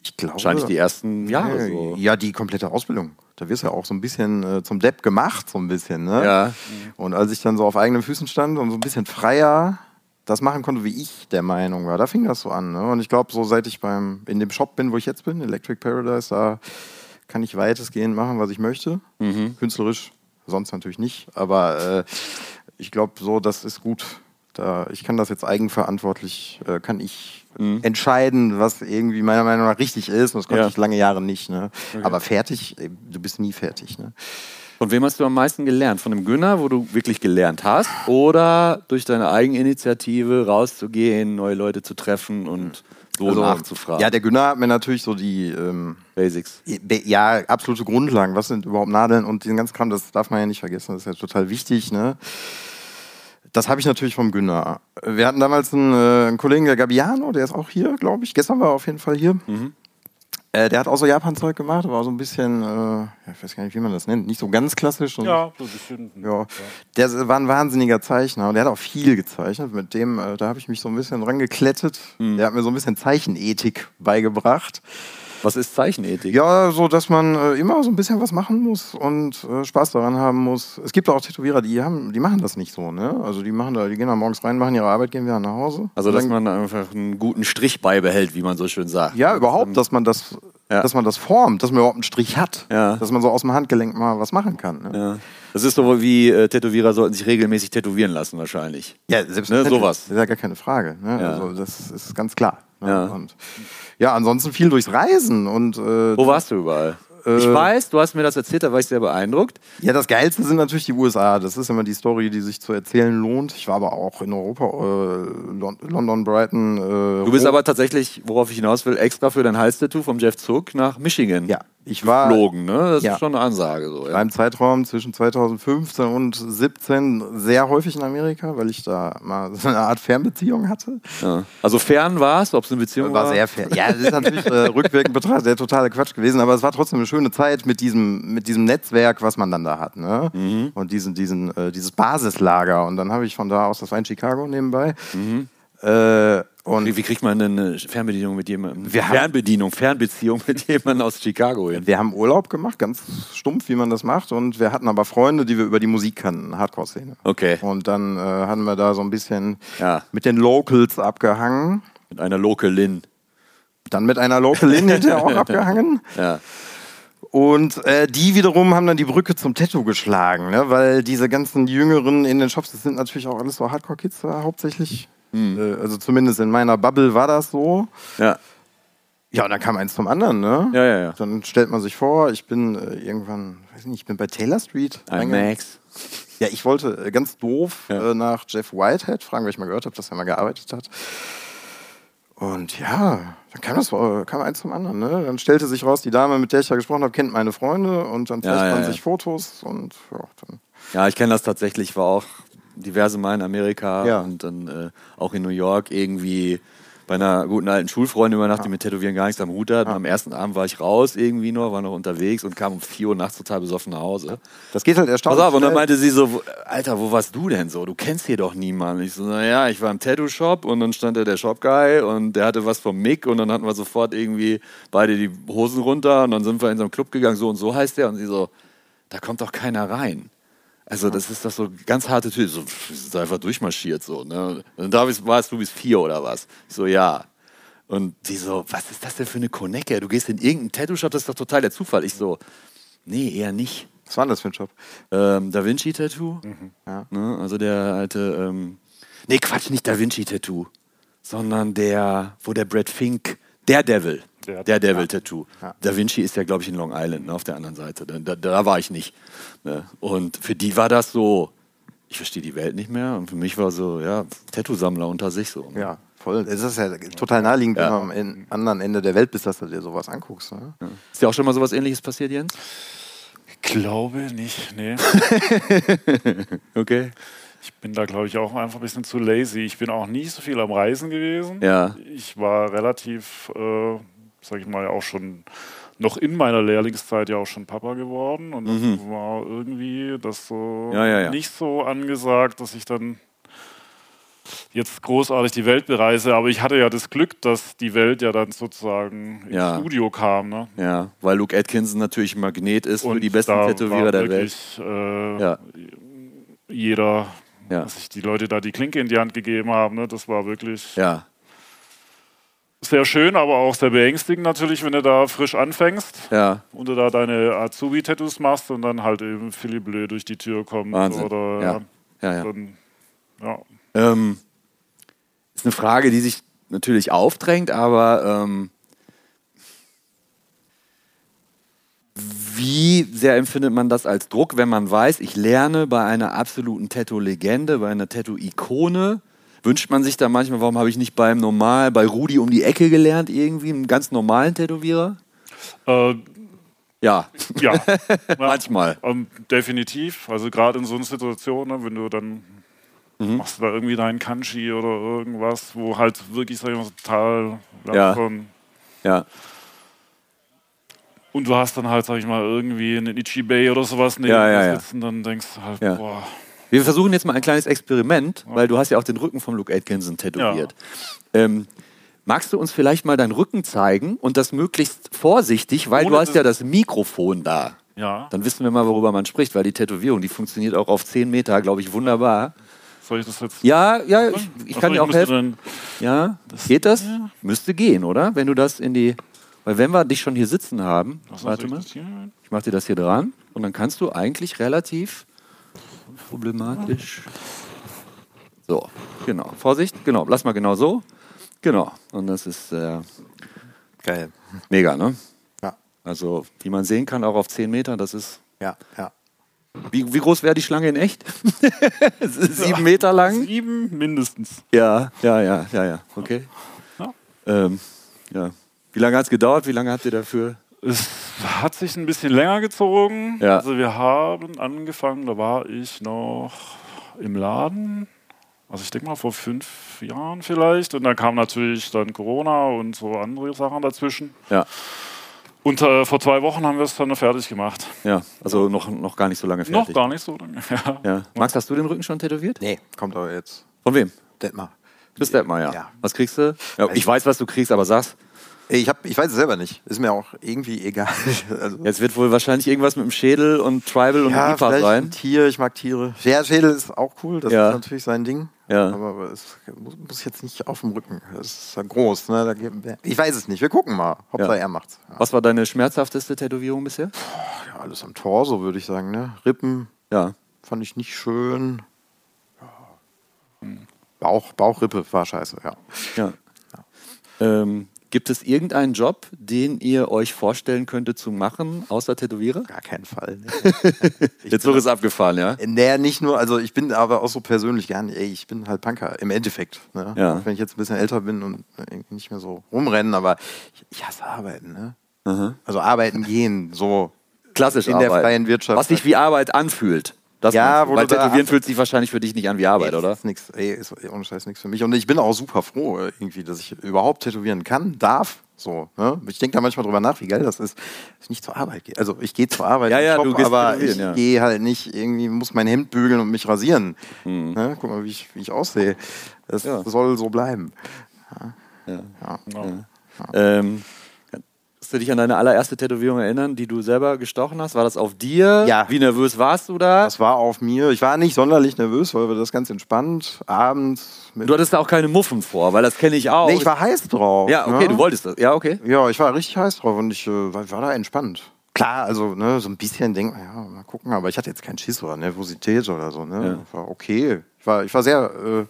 [SPEAKER 4] ich glaube,
[SPEAKER 2] Wahrscheinlich die ersten Jahre
[SPEAKER 4] Ja,
[SPEAKER 2] so.
[SPEAKER 4] Ja, die komplette Ausbildung. Da wirst du ja auch so ein bisschen äh, zum Depp gemacht, so ein bisschen. Ne?
[SPEAKER 2] Ja.
[SPEAKER 4] Und als ich dann so auf eigenen Füßen stand und so ein bisschen freier das machen konnte, wie ich der Meinung war, da fing das so an. Ne? Und ich glaube, so seit ich beim, in dem Shop bin, wo ich jetzt bin, Electric Paradise, da kann ich weitestgehend machen, was ich möchte. Künstlerisch, sonst natürlich nicht. Aber äh, ich glaube, so, das ist gut. Da, ich kann das jetzt eigenverantwortlich, äh, kann ich entscheiden, was irgendwie meiner Meinung nach richtig ist. Und das konnte
[SPEAKER 2] Ja.
[SPEAKER 4] ich lange Jahre nicht. Ne? Aber fertig, ey, du bist nie fertig. Ne?
[SPEAKER 2] Von wem hast du am meisten gelernt? Von dem Günner, wo du wirklich gelernt hast? Oder durch deine Eigeninitiative rauszugehen, neue Leute zu treffen und so nachzufragen?
[SPEAKER 4] Also, Ja, der Günther hat mir natürlich so die ähm,
[SPEAKER 2] Basics.
[SPEAKER 4] be- ja, absolute Grundlagen. Was sind überhaupt Nadeln und den ganzen Kram, das darf man ja nicht vergessen, das ist ja total wichtig, ne? Das habe ich natürlich vom Günther. Wir hatten damals einen, äh, einen Kollegen, der Gabiano, der ist auch hier, glaube ich. Gestern war er auf jeden Fall hier.
[SPEAKER 2] Mhm.
[SPEAKER 4] Äh, der hat auch so Japan-Zeug gemacht, war so ein bisschen, äh, ja, ich weiß gar nicht, wie man das nennt, nicht so ganz klassisch. so ein
[SPEAKER 3] Ja, so ein bisschen.
[SPEAKER 4] ja, der war ein wahnsinniger Zeichner und der hat auch viel gezeichnet. Mit dem, äh, da habe ich mich so ein bisschen dran geklettet.
[SPEAKER 2] Mhm.
[SPEAKER 4] Der hat mir so ein bisschen Zeichenethik beigebracht.
[SPEAKER 2] Was ist Zeichenethik?
[SPEAKER 4] Ja, so dass man äh, immer so ein bisschen was machen muss und äh, Spaß daran haben muss. Es gibt auch Tätowierer, die haben, die machen das nicht so, ne? Also die machen da, die gehen da morgens rein, machen ihre Arbeit, gehen wieder nach Hause.
[SPEAKER 2] Also,
[SPEAKER 4] Und
[SPEAKER 2] dass
[SPEAKER 4] dann-
[SPEAKER 2] man einfach einen guten Strich beibehält, wie man so schön sagt.
[SPEAKER 4] ja, überhaupt, dass man das,
[SPEAKER 2] Ja.
[SPEAKER 4] dass man das formt, dass man überhaupt einen Strich hat,
[SPEAKER 2] Ja.
[SPEAKER 4] dass man so aus dem Handgelenk mal was machen kann. Ne?
[SPEAKER 2] Ja. Das ist doch wie äh, Tätowierer sollten sich regelmäßig tätowieren lassen, wahrscheinlich.
[SPEAKER 4] Ja, selbst
[SPEAKER 2] Ne, sowas.
[SPEAKER 4] Das ist ja gar keine Frage. Ne?
[SPEAKER 2] Ja.
[SPEAKER 4] Also das ist ganz klar. Ne?
[SPEAKER 2] Ja.
[SPEAKER 4] Und, ja, ansonsten viel durchs Reisen und äh,
[SPEAKER 2] Wo warst du überall? ich weiß, du hast mir das erzählt, da war ich sehr beeindruckt.
[SPEAKER 4] ja, das Geilste sind natürlich die USA. Das ist immer die Story, die sich zu erzählen lohnt. Ich war aber auch in Europa, äh, Lon London, Brighton. Äh,
[SPEAKER 2] Du bist aber tatsächlich, worauf ich hinaus will, extra für dein Hals-Tattoo vom Jeff Zuck nach Michigan
[SPEAKER 4] ja, ich war
[SPEAKER 2] geflogen. Ne? Das
[SPEAKER 4] Ja.
[SPEAKER 2] ist schon eine Ansage. So, ja.
[SPEAKER 4] Beim Zeitraum zwischen 2015 und 17 sehr häufig in Amerika, weil ich da mal so eine Art Fernbeziehung hatte.
[SPEAKER 2] Ja. Also fern war es, ob es eine Beziehung war.
[SPEAKER 4] War sehr fair. Ja, das ist natürlich äh, rückwirkend betrachtet der totale Quatsch gewesen, aber es war trotzdem eine schöne Zeit mit diesem, mit diesem Netzwerk, was man dann da hat. Ne?
[SPEAKER 2] Mhm.
[SPEAKER 4] Und diesen, diesen, äh, dieses Basislager. Und dann habe ich von da aus, das war in Chicago nebenbei. Äh, und
[SPEAKER 2] Mhm. Wie, wie kriegt man denn eine Fernbedienung mit jemandem?
[SPEAKER 4] Wir haben-
[SPEAKER 2] Fernbedienung, Fernbeziehung mit jemandem aus Chicago hin.
[SPEAKER 4] wir haben Urlaub gemacht, ganz stumpf, wie man das macht. Und wir hatten aber Freunde, die wir über die Musik kannten, Hardcore-Szene.
[SPEAKER 2] Okay.
[SPEAKER 4] Und dann äh, hatten wir da so ein bisschen
[SPEAKER 2] Ja.
[SPEAKER 4] mit den Locals abgehangen.
[SPEAKER 2] Mit einer Localin.
[SPEAKER 4] Dann mit einer Localin hinterher auch abgehangen.
[SPEAKER 2] Ja.
[SPEAKER 4] Und äh, die wiederum haben dann die Brücke zum Tattoo geschlagen, ne? weil diese ganzen Jüngeren in den Shops, das sind natürlich auch alles so Hardcore-Kids da hauptsächlich.
[SPEAKER 2] Mhm.
[SPEAKER 4] Äh, also zumindest in meiner Bubble war das so.
[SPEAKER 2] Ja.
[SPEAKER 4] Ja, und dann kam eins zum anderen, ne?
[SPEAKER 2] Ja, ja, ja.
[SPEAKER 4] Dann stellt man sich vor, ich bin äh, irgendwann, weiß nicht, ich bin bei Taylor Street.
[SPEAKER 2] Ein
[SPEAKER 4] reingegangen.
[SPEAKER 2] Max.
[SPEAKER 4] Ja, ich wollte äh, ganz doof
[SPEAKER 2] Ja.
[SPEAKER 4] äh, nach Jeff Whitehead fragen, weil ich mal gehört habe, dass er mal gearbeitet hat. Und ja, dann kam das äh, kam eins zum anderen. Ne? Dann stellte sich raus, die Dame, mit der ich ja gesprochen habe, kennt meine Freunde und dann zeigt
[SPEAKER 2] ja,
[SPEAKER 4] man
[SPEAKER 2] ja.
[SPEAKER 4] sich Fotos und ja, dann.
[SPEAKER 2] Ja, ich kenne das tatsächlich. War auch diverse Mal in Amerika
[SPEAKER 4] Ja.
[SPEAKER 2] und dann äh, auch in New York irgendwie bei einer guten alten Schulfreundin übernachtet, die mit Tätowieren gar nichts am Hut hat. Und am ersten Abend war ich raus irgendwie nur, war noch unterwegs und kam um 4 Uhr nachts total besoffen nach Hause.
[SPEAKER 4] Das geht halt
[SPEAKER 2] Pass
[SPEAKER 4] erstaunlich.
[SPEAKER 2] auf, und dann
[SPEAKER 4] schnell.
[SPEAKER 2] meinte sie so, wo- Alter, wo warst du denn so? Du kennst hier doch niemanden. Ich so, naja, ich war im Tattoo-Shop und dann stand da der Shop-Guy und der hatte was vom Mick und dann hatten wir sofort irgendwie beide die Hosen runter und dann sind wir in so einen Club gegangen, so und so heißt der und sie so, da kommt doch keiner rein. Also das ist doch so ganz harte Tür, so pff, ist einfach durchmarschiert so. Ne? Und da bist- warst du bis vier oder was? Ich so, ja. Und sie so, was ist das denn für eine Konecke? Du gehst in irgendeinen Tattoo-Shop, das ist doch total der Zufall. Ich so, nee, eher nicht
[SPEAKER 4] Was war denn das für ein Job?
[SPEAKER 2] ähm, Da Vinci Tattoo.
[SPEAKER 4] Ja.
[SPEAKER 2] Ne? Also der alte, ähm, nee Quatsch, nicht Da Vinci Tattoo, sondern der, wo der Brad Fink, der Devil,
[SPEAKER 3] Der-
[SPEAKER 2] der, Devil Tattoo. Da Vinci ist ja glaube ich in Long Island, ne, auf der anderen Seite. Da, da, da war ich nicht. Ne? Und für die war das so, ich verstehe die Welt nicht mehr. Und für mich war so, ja, Tattoo-Sammler unter sich so. Ne?
[SPEAKER 4] Ja, voll. Es ist ja total naheliegend, wenn du am en- anderen Ende der Welt bist, dass du dir sowas anguckst. Ne?
[SPEAKER 2] Ist dir auch schon mal sowas ähnliches passiert, Jens?
[SPEAKER 3] Ich glaube nicht, nee.
[SPEAKER 2] Okay.
[SPEAKER 3] Ich bin da, glaube ich, auch einfach ein bisschen zu lazy. Ich bin auch nicht so viel am Reisen gewesen.
[SPEAKER 2] Ja.
[SPEAKER 3] Ich war relativ, äh, sag ich mal, auch schon noch in meiner Lehrlingszeit ja auch schon Papa geworden. Und das war irgendwie das so
[SPEAKER 2] Mhm. Ja, ja, ja.
[SPEAKER 3] nicht so angesagt, dass ich dann jetzt großartig die Welt bereise. Aber ich hatte ja das Glück, dass die Welt ja dann sozusagen ins
[SPEAKER 2] Ja.
[SPEAKER 3] Studio kam. Ne?
[SPEAKER 2] Ja, weil Luke Atkinson natürlich ein Magnet ist für die besten
[SPEAKER 3] da war
[SPEAKER 2] Tätowierer der Welt.
[SPEAKER 3] wirklich, Äh,
[SPEAKER 2] Ja.
[SPEAKER 3] jeder,
[SPEAKER 2] Ja.
[SPEAKER 3] dass sich die Leute da die Klinke in die Hand gegeben haben. Ne? Das war wirklich
[SPEAKER 2] Ja.
[SPEAKER 3] sehr schön, aber auch sehr beängstigend natürlich, wenn du da frisch anfängst
[SPEAKER 2] Ja.
[SPEAKER 3] und du da deine Azubi-Tattoos machst und dann halt eben Philipp Bleu durch die Tür kommt.
[SPEAKER 2] Wahnsinn.
[SPEAKER 3] Oder,
[SPEAKER 2] Ja. Ja, ja.
[SPEAKER 3] Dann, ja.
[SPEAKER 2] Ähm, ist eine Frage, die sich natürlich aufdrängt, aber ähm, wie sehr empfindet man das als Druck, wenn man weiß, ich lerne bei einer absoluten Tattoo-Legende, bei einer Tattoo-Ikone? Wünscht man sich da manchmal, warum habe ich nicht beim normal, bei Rudi um die Ecke gelernt, irgendwie, einem ganz normalen Tätowierer?
[SPEAKER 3] Äh,
[SPEAKER 2] Ja,
[SPEAKER 3] ja. Ja.
[SPEAKER 2] manchmal.
[SPEAKER 3] Ähm, definitiv. Also gerade in so einer Situation, ne, wenn du dann
[SPEAKER 2] Mhm.
[SPEAKER 3] machst du da irgendwie deinen Kanji oder irgendwas, wo halt wirklich, sag ich mal, so total
[SPEAKER 2] Ja.
[SPEAKER 3] langsam
[SPEAKER 2] Ja,
[SPEAKER 3] Und du hast dann halt, sag ich mal, irgendwie einen Ichibei oder sowas neben
[SPEAKER 2] Ja,
[SPEAKER 3] dir
[SPEAKER 2] ja, ja.
[SPEAKER 3] sitzen, dann denkst du halt,
[SPEAKER 2] Ja.
[SPEAKER 3] boah.
[SPEAKER 2] Wir versuchen jetzt mal ein kleines Experiment, weil du hast ja auch den Rücken von Luke Atkinson tätowiert. Ähm, magst du uns vielleicht mal deinen Rücken zeigen und das möglichst vorsichtig, weil
[SPEAKER 3] Ohne
[SPEAKER 2] du hast
[SPEAKER 3] das-
[SPEAKER 2] ja das Mikrofon da.
[SPEAKER 3] Ja,
[SPEAKER 2] Dann wissen wir mal, worüber man spricht, weil die Tätowierung, die funktioniert auch auf 10 Meter, glaube ich, wunderbar.
[SPEAKER 3] soll ich das jetzt?
[SPEAKER 2] Ja, ja, ich, ich
[SPEAKER 3] Achso,
[SPEAKER 2] kann dir auch
[SPEAKER 3] müsste
[SPEAKER 2] helfen. Ja, geht das? Müsste gehen, oder? Wenn du das in die... Weil wenn wir dich schon hier sitzen haben...
[SPEAKER 3] Dann,
[SPEAKER 2] warte mal.
[SPEAKER 3] mal.
[SPEAKER 2] Ich mache dir das hier dran und dann kannst du eigentlich relativ problematisch. So, genau. Vorsicht, genau. Lass mal genau so. Genau. Und das ist äh,
[SPEAKER 4] Geil.
[SPEAKER 2] mega, ne?
[SPEAKER 4] Ja,
[SPEAKER 2] Also, wie man sehen kann, auch auf 10 Meter, das ist.
[SPEAKER 4] ja, ja.
[SPEAKER 2] Wie, wie groß wäre die Schlange in echt? Sieben Meter lang?
[SPEAKER 3] Sieben mindestens.
[SPEAKER 2] Ja, ja, ja, ja, ja. Okay.
[SPEAKER 3] Ja.
[SPEAKER 2] Ähm, ja. Wie lange hat es gedauert? Wie lange habt ihr dafür?
[SPEAKER 3] Es hat sich ein bisschen länger gezogen.
[SPEAKER 2] Ja.
[SPEAKER 3] Also wir haben angefangen, da war ich noch im Laden. Also ich denke mal vor fünf Jahren vielleicht. Und dann kam natürlich dann Corona und so andere Sachen dazwischen.
[SPEAKER 2] Ja,
[SPEAKER 3] Und äh, vor zwei Wochen haben wir es dann fertig gemacht.
[SPEAKER 2] ja. Also noch, noch gar nicht so lange fertig.
[SPEAKER 3] Noch gar nicht so lange. Ja.
[SPEAKER 2] Ja. Max, hast du den Rücken schon tätowiert?
[SPEAKER 4] Nee, kommt aber jetzt.
[SPEAKER 2] Von wem?
[SPEAKER 4] Detmar.
[SPEAKER 2] Chris Detmar, ja.
[SPEAKER 4] Ja. Also
[SPEAKER 2] Was kriegst du? Ja, ich weiß, was du kriegst, aber sag's.
[SPEAKER 4] Ey, Ich, hab, ich weiß es selber nicht. Ist mir auch irgendwie egal. Also,
[SPEAKER 2] Jetzt wird wohl wahrscheinlich irgendwas mit dem Schädel und Tribal und
[SPEAKER 4] ja,
[SPEAKER 2] Lipa
[SPEAKER 4] vielleicht ein
[SPEAKER 2] sein.
[SPEAKER 4] Tier. Ich mag Tiere. Ja, Schädel ist auch cool. Das
[SPEAKER 2] Ja.
[SPEAKER 4] ist natürlich sein Ding.
[SPEAKER 2] Ja.
[SPEAKER 4] Aber, aber es muss, muss jetzt nicht auf dem Rücken. Das ist ja groß. Ne? Da, geht- ich weiß es nicht. Wir gucken mal. Hauptsache
[SPEAKER 2] Ja.
[SPEAKER 4] er macht's. Ja.
[SPEAKER 2] Was war deine schmerzhafteste Tätowierung bisher?
[SPEAKER 4] ja, alles am Torso, würde ich sagen. Ne? Rippen
[SPEAKER 2] Ja.
[SPEAKER 4] fand ich nicht schön. Ja. Hm. Bauch, Bauchrippe war scheiße, ja.
[SPEAKER 2] ja. Ähm, gibt es irgendeinen Job, den ihr euch vorstellen könntet zu machen, außer Tätowierer?
[SPEAKER 4] Gar keinen Fall. ne?
[SPEAKER 2] Jetzt wird es abgefahren, ja?
[SPEAKER 4] Naja, nicht nur, also ich bin aber auch so persönlich gern, ey, ich bin halt Punker im Endeffekt. Ne?
[SPEAKER 2] Ja.
[SPEAKER 4] Auch wenn ich jetzt ein bisschen älter bin und irgendwie nicht mehr so rumrennen, aber ich, ich hasse arbeiten, ne? Also arbeiten gehen, so.
[SPEAKER 2] Klassisch
[SPEAKER 4] In der
[SPEAKER 2] Arbeit.
[SPEAKER 4] freien Wirtschaft.
[SPEAKER 2] Was sich wie Arbeit anfühlt. Das meinst
[SPEAKER 4] Ja,
[SPEAKER 2] du.
[SPEAKER 4] wo
[SPEAKER 2] Weil
[SPEAKER 4] du da-
[SPEAKER 2] Tätowieren fühlt sich wahrscheinlich für dich nicht an wie Arbeit,
[SPEAKER 4] Ey, das
[SPEAKER 2] oder?
[SPEAKER 4] Ist nix, ey, ist ohne Scheiß nichts für mich. Und ich bin auch super froh, äh, irgendwie, dass ich überhaupt tätowieren kann, darf. So, ne? Ich denke da manchmal drüber nach, wie geil das ist, dass ich nicht zur Arbeit gehe. Also ich gehe zur Arbeit,
[SPEAKER 2] Ja,
[SPEAKER 4] im
[SPEAKER 2] ja,
[SPEAKER 4] Shop,
[SPEAKER 2] du gehst
[SPEAKER 4] aber ich
[SPEAKER 2] tätowieren, ja.
[SPEAKER 4] gehe halt nicht, irgendwie muss mein Hemd bügeln und mich rasieren. Ne? Guck mal, wie ich, wie ich aussehe. Das
[SPEAKER 2] Hm. Ja.
[SPEAKER 4] soll so bleiben.
[SPEAKER 2] Ähm, kannst du dich an deine allererste Tätowierung erinnern, die du selber gestochen hast? War das auf dir?
[SPEAKER 4] Ja.
[SPEAKER 2] Wie nervös warst du da?
[SPEAKER 4] Das war auf mir. Ich war nicht sonderlich nervös, weil wir das ganz entspannt abends mit.
[SPEAKER 2] Du hattest da auch keine Muffen vor, weil das kenne ich auch.
[SPEAKER 4] nee, ich war heiß drauf.
[SPEAKER 2] ja, okay,
[SPEAKER 4] ne?
[SPEAKER 2] du wolltest das. Ja, okay.
[SPEAKER 4] Ja, ich war richtig heiß drauf und ich äh, war, war da entspannt. Klar, also ne, so ein bisschen denkt man, ja, mal gucken, aber ich hatte jetzt keinen Schiss oder Nervosität oder so. Ne? War okay. Ich war, ich war sehr. Äh,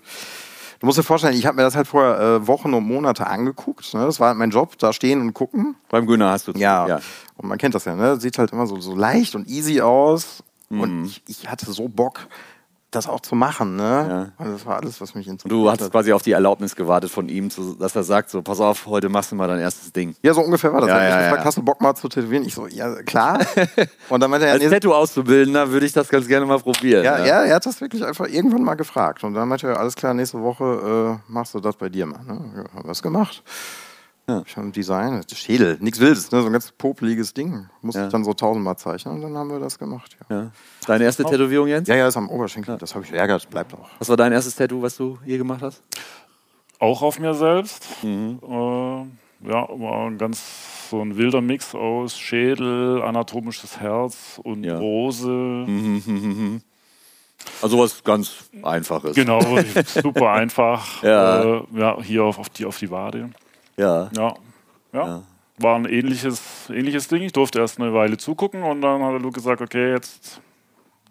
[SPEAKER 4] du musst dir vorstellen, ich habe mir das halt vorher äh, Wochen und Monate angeguckt. Ne? Das war halt mein Job, da stehen und gucken.
[SPEAKER 2] Beim Güner hast du
[SPEAKER 4] Ja. Und man kennt das ja, ne? Sieht halt immer so, so leicht und easy aus.
[SPEAKER 2] Mhm.
[SPEAKER 4] Und ich, ich hatte so Bock, das auch zu machen, ne? Und das war alles, was mich interessiert.
[SPEAKER 2] Du hast
[SPEAKER 4] hat.
[SPEAKER 2] quasi auf die Erlaubnis gewartet von ihm, zu, dass er sagt: So, pass auf, heute machst du mal dein erstes Ding.
[SPEAKER 4] Ja, so ungefähr war das.
[SPEAKER 2] Ja,
[SPEAKER 4] er hat mich
[SPEAKER 2] ja,
[SPEAKER 4] gefragt,
[SPEAKER 2] ja.
[SPEAKER 4] hast du Bock mal zu tätowieren? Ich so, ja, klar. Und dann meinte er,
[SPEAKER 2] Als
[SPEAKER 4] nee,
[SPEAKER 2] Tattoo-Auszubildender würde ich das ganz gerne mal probieren.
[SPEAKER 4] ja,
[SPEAKER 2] ne?
[SPEAKER 4] ja, er hat das wirklich einfach irgendwann mal gefragt. Und dann meinte er, alles klar, nächste Woche äh, machst du das bei dir mal. Ne? Ja, hab was gemacht. Ich habe ein Design, das ist Schädel, nichts Wildes, ne? so ein ganz popeliges Ding. Musste ich dann so tausendmal zeichnen und dann haben wir das gemacht. Ja, ja,
[SPEAKER 2] Ja. Deine erste Tätowierung, Jens?
[SPEAKER 4] ist am Oberschenkel, das habe ich verärgert, bleibt auch.
[SPEAKER 2] Was war dein erstes Tattoo, was du hier gemacht hast?
[SPEAKER 3] Auch auf mir selbst.
[SPEAKER 2] Mhm.
[SPEAKER 3] Äh, ja, war ein ganz so ein wilder Mix aus Schädel, anatomisches Herz und
[SPEAKER 2] Ja.
[SPEAKER 3] Rose.
[SPEAKER 2] Also was ganz Einfaches.
[SPEAKER 3] Genau, super einfach.
[SPEAKER 2] Ja.
[SPEAKER 3] Äh, ja hier auf, auf, die, auf die Wade.
[SPEAKER 2] Ja.
[SPEAKER 3] Ja. ja. War ein ähnliches, ähnliches Ding. Ich durfte erst eine Weile zugucken und dann hat der Luke gesagt, okay, jetzt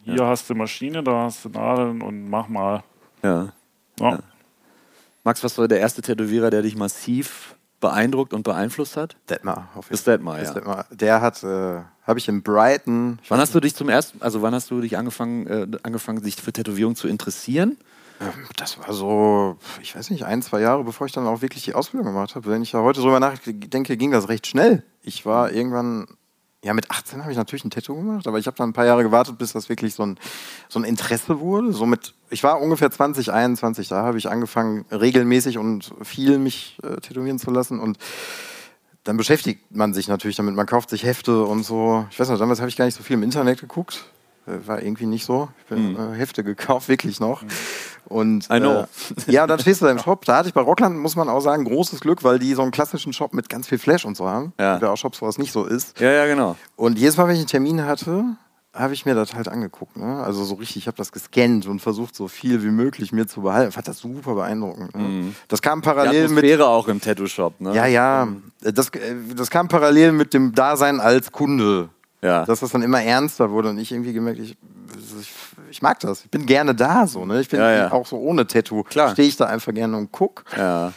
[SPEAKER 3] hier hast du Maschine, da hast du Nadeln und mach mal.
[SPEAKER 2] ja.
[SPEAKER 3] Ja.
[SPEAKER 2] Max, was war der erste Tätowierer, der dich massiv beeindruckt und beeinflusst hat?
[SPEAKER 4] Detmar, auf jeden
[SPEAKER 2] Ist Detmar,
[SPEAKER 4] Ist
[SPEAKER 2] ja.
[SPEAKER 4] Detmar. Der hat, äh, habe ich in Brighton,
[SPEAKER 2] Wann hast du dich zum ersten, also wann hast du dich angefangen, äh, angefangen, sich für Tätowierung zu interessieren?
[SPEAKER 4] Das war so, ich weiß nicht, ein, zwei Jahre, bevor ich dann auch wirklich die Ausbildung gemacht habe. Wenn ich da heute drüber nachdenke, ging das recht schnell. Ich war irgendwann, ja, mit 18 habe ich natürlich ein Tattoo gemacht, aber ich habe dann ein paar Jahre gewartet, bis das wirklich so ein, so ein Interesse wurde. So mit, ich war ungefähr 20, 21, da habe ich angefangen, regelmäßig und viel mich äh, tätowieren zu lassen und dann beschäftigt man sich natürlich damit. Man kauft sich Hefte und so. Ich weiß noch, damals habe ich gar nicht so viel im Internet geguckt. Äh, War irgendwie nicht so. Ich bin äh, Hefte gekauft, wirklich noch. Und
[SPEAKER 2] Hm. I know.
[SPEAKER 4] Äh, ja, und dann stehst du da im Shop. Da hatte ich bei Rockland, muss man auch sagen, großes Glück, weil die so einen klassischen Shop mit ganz viel Flash und so haben.
[SPEAKER 2] Ja.
[SPEAKER 4] Gibt ja auch Shops, wo das nicht so ist.
[SPEAKER 2] Ja, ja, genau.
[SPEAKER 4] Und jedes Mal, wenn ich einen Termin hatte, habe ich mir das halt angeguckt. Ne? Also so richtig, ich habe das gescannt und versucht, so viel wie möglich mir zu behalten. Fand das super beeindruckend. Ne? Das kam
[SPEAKER 2] Die
[SPEAKER 4] parallel mit
[SPEAKER 2] Mhm. Atmosphäre auch im Tattoo-Shop, ne?
[SPEAKER 4] ja, ja. Das, äh, das kam parallel mit dem Dasein als Kunde.
[SPEAKER 2] Ja.
[SPEAKER 4] Dass das dann immer ernster wurde und ich irgendwie gemerkt, ich, ich, ich mag das. Ich bin gerne da so. Ne? Ich bin
[SPEAKER 2] Ja, ja.
[SPEAKER 4] auch so ohne Tattoo.
[SPEAKER 2] Klar.
[SPEAKER 4] Stehe ich da einfach gerne und guck.
[SPEAKER 2] Ja.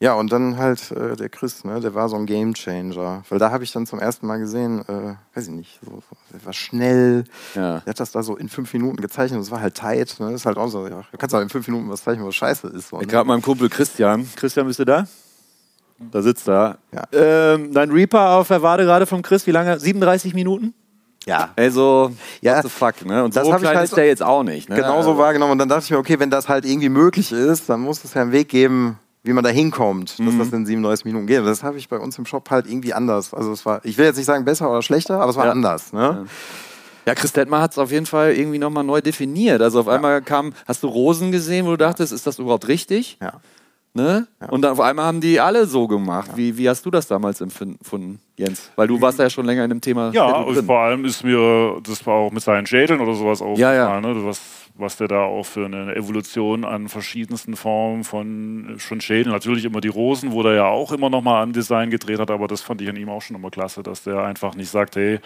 [SPEAKER 4] Ja, und dann halt äh, der Chris, ne? der war so ein Game Changer. Weil da habe ich dann zum ersten Mal gesehen, äh, weiß ich nicht, so, so, der war schnell.
[SPEAKER 2] Ja.
[SPEAKER 4] Der hat das da so in fünf Minuten gezeichnet und es war halt tight. Ne? Das ist halt auch so, ja, du kannst auch in fünf Minuten was zeichnen, was scheiße ist. So, ne?
[SPEAKER 2] Gerade meinem Kumpel Christian. Christian, bist du da? Da sitzt er.
[SPEAKER 4] Ja.
[SPEAKER 2] Ähm, dein Reaper auf der Wade gerade vom Chris, wie lange? 37 Minuten?
[SPEAKER 4] Ja.
[SPEAKER 2] Ey, so,
[SPEAKER 4] Ja.
[SPEAKER 2] Also, what the fuck, ne? Und
[SPEAKER 4] Das
[SPEAKER 2] so
[SPEAKER 4] hab ich
[SPEAKER 2] klein
[SPEAKER 4] halt
[SPEAKER 2] ist der jetzt auch nicht, ne?
[SPEAKER 4] genauso wahrgenommen. Und dann dachte ich mir, okay, wenn das halt irgendwie möglich ist, dann muss es ja einen Weg geben, wie man da hinkommt,
[SPEAKER 2] Mhm.
[SPEAKER 4] dass das in 37 Minuten geht. Und Das habe ich bei uns im Shop halt irgendwie anders. Also es war, ich will jetzt nicht sagen besser oder schlechter, aber es war
[SPEAKER 2] Ja.
[SPEAKER 4] anders. Ne?
[SPEAKER 2] Ja, Chris Detmar hat es auf jeden Fall irgendwie nochmal neu definiert. Also auf einmal kam, hast du Rosen gesehen, wo du dachtest, ist das überhaupt richtig?
[SPEAKER 4] Ja.
[SPEAKER 2] Ne? Und dann auf einmal haben die alle so gemacht. Wie, wie hast du das damals empfunden, Jens? Weil du warst ja schon länger in dem Thema
[SPEAKER 3] Ja,
[SPEAKER 2] Tattoo
[SPEAKER 3] und
[SPEAKER 2] drin.
[SPEAKER 3] vor allem ist mir, das war auch mit seinen Schädeln oder sowas
[SPEAKER 2] Ja,
[SPEAKER 3] aufgefallen,
[SPEAKER 2] ja.
[SPEAKER 3] Ne? Was, was der da auch für eine Evolution an verschiedensten Formen von, von Schädeln, natürlich immer die Rosen, wo der ja auch immer nochmal an Design gedreht hat, aber das fand ich an ihm auch schon immer klasse, dass der einfach nicht sagt, hey,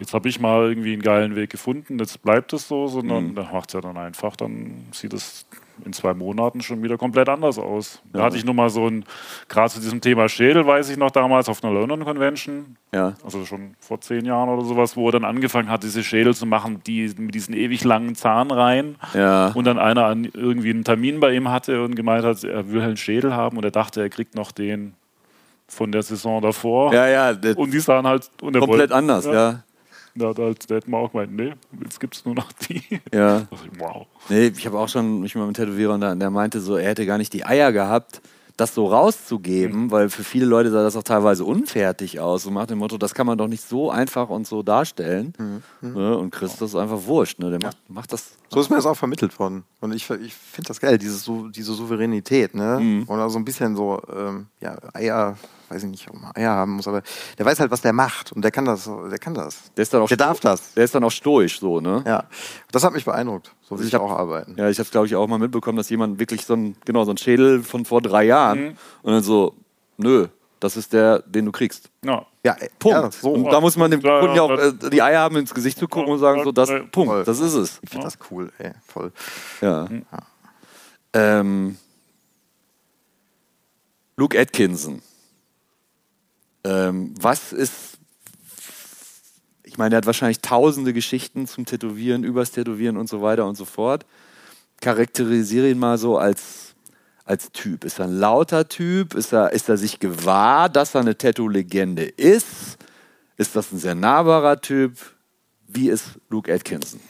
[SPEAKER 3] jetzt habe ich mal irgendwie einen geilen Weg gefunden, jetzt bleibt es so,
[SPEAKER 2] Mhm.
[SPEAKER 3] sondern das macht ja dann einfach, dann sieht es in zwei Monaten schon wieder komplett anders aus. Da hatte ich nur mal so ein, gerade zu diesem Thema Schädel, weiß ich noch damals auf einer London Convention,
[SPEAKER 2] Ja.
[SPEAKER 3] also schon vor zehn Jahren oder sowas, wo er dann angefangen hat, diese Schädel zu machen, die mit diesen ewig langen Zahnreihen.
[SPEAKER 2] Ja.
[SPEAKER 3] Und dann einer an, irgendwie einen Termin bei ihm hatte und gemeint hat, er will halt einen Schädel haben und er dachte, er kriegt noch den von der Saison davor.
[SPEAKER 2] Ja, ja, das
[SPEAKER 3] Und die sahen halt und er
[SPEAKER 2] komplett
[SPEAKER 3] wollte- halt,
[SPEAKER 2] anders, ja.
[SPEAKER 3] da, da, da hätten wir auch gemeint, nee, jetzt gibt es nur noch die.
[SPEAKER 2] Ja.
[SPEAKER 3] Also, wow.
[SPEAKER 2] Nee, ich habe auch schon mich mal mit Tätowierern, da, der meinte so, er hätte gar nicht die Eier gehabt, das so rauszugeben,
[SPEAKER 4] Mhm.
[SPEAKER 2] weil für viele Leute sah das auch teilweise unfertig aus. So nach dem Motto, das kann man doch nicht so einfach und so darstellen.
[SPEAKER 4] Mhm.
[SPEAKER 2] Ne? Und Chris, das ist einfach wurscht. Ne? Der macht, macht das.
[SPEAKER 4] So ist mir das auch vermittelt worden. Und ich, ich finde das geil, diese, Sou- diese Souveränität, ne?
[SPEAKER 2] Mhm.
[SPEAKER 4] Oder so ein bisschen so, ähm, ja, Eier, weiß ich nicht, ob man Eier haben muss, aber der weiß halt, was der macht und der kann das, der kann das.
[SPEAKER 2] Der, ist dann auch
[SPEAKER 4] Der
[SPEAKER 2] sto-
[SPEAKER 4] darf das.
[SPEAKER 2] Der ist dann auch stoisch so, ne?
[SPEAKER 4] Ja. Das hat mich beeindruckt. So will ich,
[SPEAKER 2] Also hab-
[SPEAKER 4] auch arbeiten.
[SPEAKER 2] Ja, ich habe glaube ich auch mal mitbekommen, dass jemand wirklich so ein genau so ein Schädel von vor drei Jahren
[SPEAKER 4] Mhm.
[SPEAKER 2] und dann so, nö, das ist der, den du kriegst.
[SPEAKER 3] Ja.
[SPEAKER 4] Ja, äh,
[SPEAKER 2] Punkt.
[SPEAKER 4] Ja, so.
[SPEAKER 2] Und da muss man dem
[SPEAKER 3] Ja, ja,
[SPEAKER 2] Kunden ja auch
[SPEAKER 3] das-
[SPEAKER 2] äh, die Eier haben ins Gesicht zu gucken und sagen so, das
[SPEAKER 3] Ja,
[SPEAKER 2] Punkt, das ist es.
[SPEAKER 4] Ich finde das cool, ey. Voll.
[SPEAKER 2] Ja. Ähm, Luke Atkinson. Ähm, was ist. Ich meine, er hat wahrscheinlich tausende Geschichten zum Tätowieren, übers Tätowieren und so weiter und so fort. Charakterisiere ihn mal so als, als Typ. Ist er ein lauter Typ? Ist er, ist er sich gewahr, dass er eine Tattoo-Legende ist? Ist das ein sehr nahbarer Typ? Wie ist Luke Atkinson?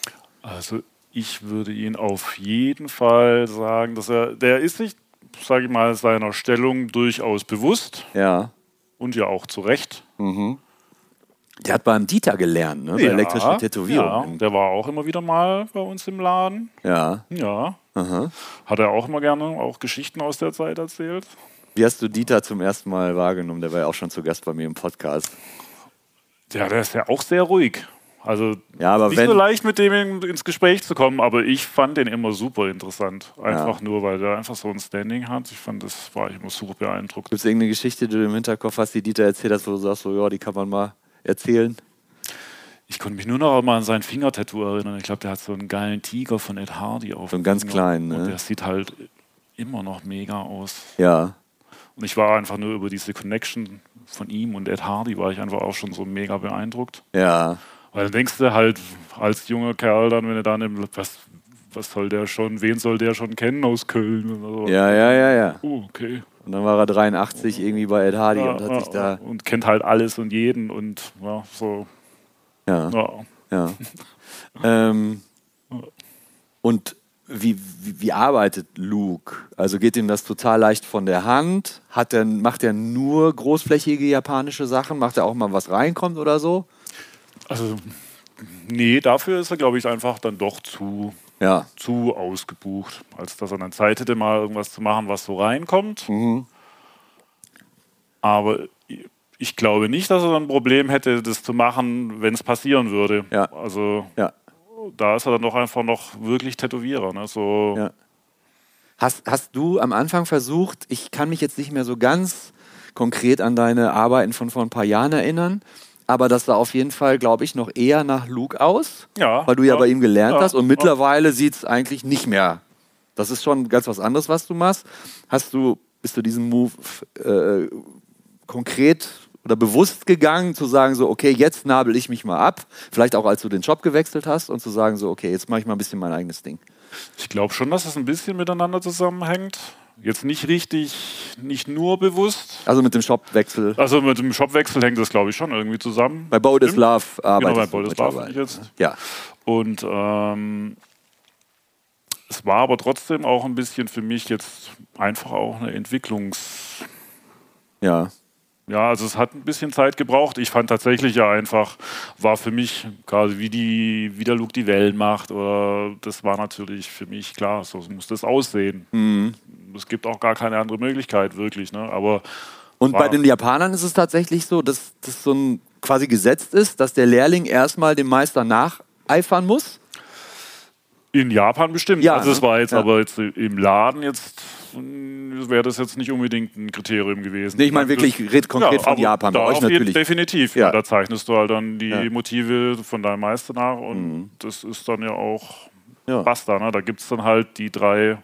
[SPEAKER 3] Also ich würde ihn auf jeden Fall sagen, dass er, der ist sich, sage ich mal, seiner Stellung durchaus bewusst
[SPEAKER 2] Ja.
[SPEAKER 3] und ja auch zu Recht.
[SPEAKER 2] Der hat beim Dieter gelernt, ne? Bei
[SPEAKER 3] ja,
[SPEAKER 2] elektrischen
[SPEAKER 3] Ja,
[SPEAKER 2] Tätowierungen.
[SPEAKER 3] der war auch immer wieder mal bei uns im Laden.
[SPEAKER 2] Ja.
[SPEAKER 3] Ja. Hat er auch immer gerne auch Geschichten aus der Zeit erzählt.
[SPEAKER 2] Wie hast du Dieter zum ersten Mal wahrgenommen? Der war ja auch schon zu Gast bei mir im Podcast.
[SPEAKER 3] Ja, der ist ja auch sehr ruhig. Also
[SPEAKER 2] Ja, aber
[SPEAKER 3] nicht
[SPEAKER 2] wenn-
[SPEAKER 3] so leicht, mit dem in- ins Gespräch zu kommen, aber ich fand den immer super interessant. Einfach nur, weil der einfach so ein Standing hat. Ich fand, das war ich immer super beeindruckt.
[SPEAKER 2] Gibt es irgendeine Geschichte, die du im Hinterkopf hast, die Dieter erzählt hast, wo du sagst, so, ja, die kann man mal erzählen?
[SPEAKER 3] Ich konnte mich nur noch mal an sein Fingertattoo erinnern. Ich glaube, der hat so einen geilen Tiger von Ed Hardy auf.
[SPEAKER 2] So einen
[SPEAKER 3] dem
[SPEAKER 2] ganz
[SPEAKER 3] Finger.
[SPEAKER 2] kleinen, ne?
[SPEAKER 3] Und der sieht halt immer noch mega aus.
[SPEAKER 2] Ja.
[SPEAKER 3] Und ich war einfach nur über diese Connection von ihm und Ed Hardy war ich einfach auch schon so mega beeindruckt.
[SPEAKER 2] Ja.
[SPEAKER 3] Weil dann denkst du halt, als junger Kerl dann, wenn du dann im, was, was soll der schon, wen soll der schon kennen aus Köln oder so.
[SPEAKER 2] Ja, ja, ja, ja.
[SPEAKER 3] Oh, okay.
[SPEAKER 2] Und dann war er 83 irgendwie bei Ed Hardy
[SPEAKER 3] Ja,
[SPEAKER 2] und hat
[SPEAKER 3] ja,
[SPEAKER 2] sich da.
[SPEAKER 3] und kennt halt alles und jeden und ja, so.
[SPEAKER 2] Ja.
[SPEAKER 3] Ja.
[SPEAKER 2] Ja. ähm, und wie, wie, wie arbeitet Luke? Also geht ihm das total leicht von der Hand? Hat er, macht er nur großflächige japanische Sachen? Macht er auch mal was reinkommt oder so?
[SPEAKER 3] Also, nee, dafür ist er, glaube ich, einfach dann doch zu,
[SPEAKER 2] Ja.
[SPEAKER 3] zu ausgebucht, als dass er dann Zeit hätte, mal irgendwas zu machen, was so reinkommt.
[SPEAKER 2] Mhm.
[SPEAKER 3] Aber ich glaube nicht, dass er dann ein Problem hätte, das zu machen, wenn es passieren würde.
[SPEAKER 2] Ja.
[SPEAKER 3] Also,
[SPEAKER 2] Ja.
[SPEAKER 3] da ist er dann doch einfach noch wirklich Tätowierer. Ne? So,
[SPEAKER 2] Ja. Hast, hast du am Anfang versucht, ich kann mich jetzt nicht mehr so ganz konkret an deine Arbeiten von vor ein paar Jahren erinnern, aber das sah auf jeden Fall, glaube ich, noch eher nach Luke aus,
[SPEAKER 3] Ja,
[SPEAKER 2] weil du ja,
[SPEAKER 3] ja,
[SPEAKER 2] bei ihm gelernt
[SPEAKER 3] ja,
[SPEAKER 2] hast und
[SPEAKER 3] ja.
[SPEAKER 2] mittlerweile sieht es eigentlich nicht mehr. Das ist schon ganz was anderes, was du machst. Hast du, bist du diesen Move äh, konkret oder bewusst gegangen, zu sagen so, okay, jetzt nabel ich mich mal ab, vielleicht auch als du den Job gewechselt hast und zu sagen so, okay, jetzt mache ich mal ein bisschen mein eigenes Ding.
[SPEAKER 3] Ich glaube schon, dass es ein bisschen miteinander zusammenhängt. Jetzt nicht richtig, nicht nur bewusst.
[SPEAKER 2] Also mit dem Shopwechsel.
[SPEAKER 3] Also mit dem Shopwechsel hängt das, glaube ich, schon irgendwie zusammen.
[SPEAKER 2] Bei Bold is
[SPEAKER 3] Stimmt. Genau,
[SPEAKER 2] Love arbeitest
[SPEAKER 3] bei
[SPEAKER 2] du
[SPEAKER 3] Bold is Love
[SPEAKER 2] mittlerweile,
[SPEAKER 3] jetzt.
[SPEAKER 2] ne? Ja.
[SPEAKER 3] Und ähm, es war aber trotzdem auch ein bisschen für mich jetzt einfach auch eine Entwicklungs...
[SPEAKER 2] Ja.
[SPEAKER 3] Ja, also es hat ein bisschen Zeit gebraucht. Ich fand tatsächlich ja einfach, war für mich quasi wie, die, wie der Look die Wellen macht oder das war natürlich für mich klar, so muss das aussehen. Es gibt auch gar keine andere Möglichkeit, wirklich. Ne? Aber
[SPEAKER 2] Und
[SPEAKER 3] Wow.
[SPEAKER 2] bei den Japanern ist es tatsächlich so, dass das so ein quasi gesetzt ist, dass der Lehrling erstmal dem Meister nacheifern muss.
[SPEAKER 3] In Japan bestimmt.
[SPEAKER 2] Ja,
[SPEAKER 3] also es
[SPEAKER 2] ne?
[SPEAKER 3] war jetzt
[SPEAKER 2] Ja.
[SPEAKER 3] aber jetzt im Laden jetzt mh, wäre das jetzt nicht unbedingt ein Kriterium gewesen.
[SPEAKER 2] Nee, ich meine wirklich, ich rede konkret von
[SPEAKER 3] aber
[SPEAKER 2] Japan, bei
[SPEAKER 3] da
[SPEAKER 2] euch
[SPEAKER 3] auf jeden-
[SPEAKER 2] natürlich.
[SPEAKER 3] Definitiv.
[SPEAKER 2] Ja.
[SPEAKER 3] Ja. Da zeichnest du halt dann die
[SPEAKER 2] Ja. Mhm.
[SPEAKER 3] Motive von deinem Meister nach und das ist dann ja auch
[SPEAKER 2] Ja.
[SPEAKER 3] basta. Ne? Da gibt es dann halt die drei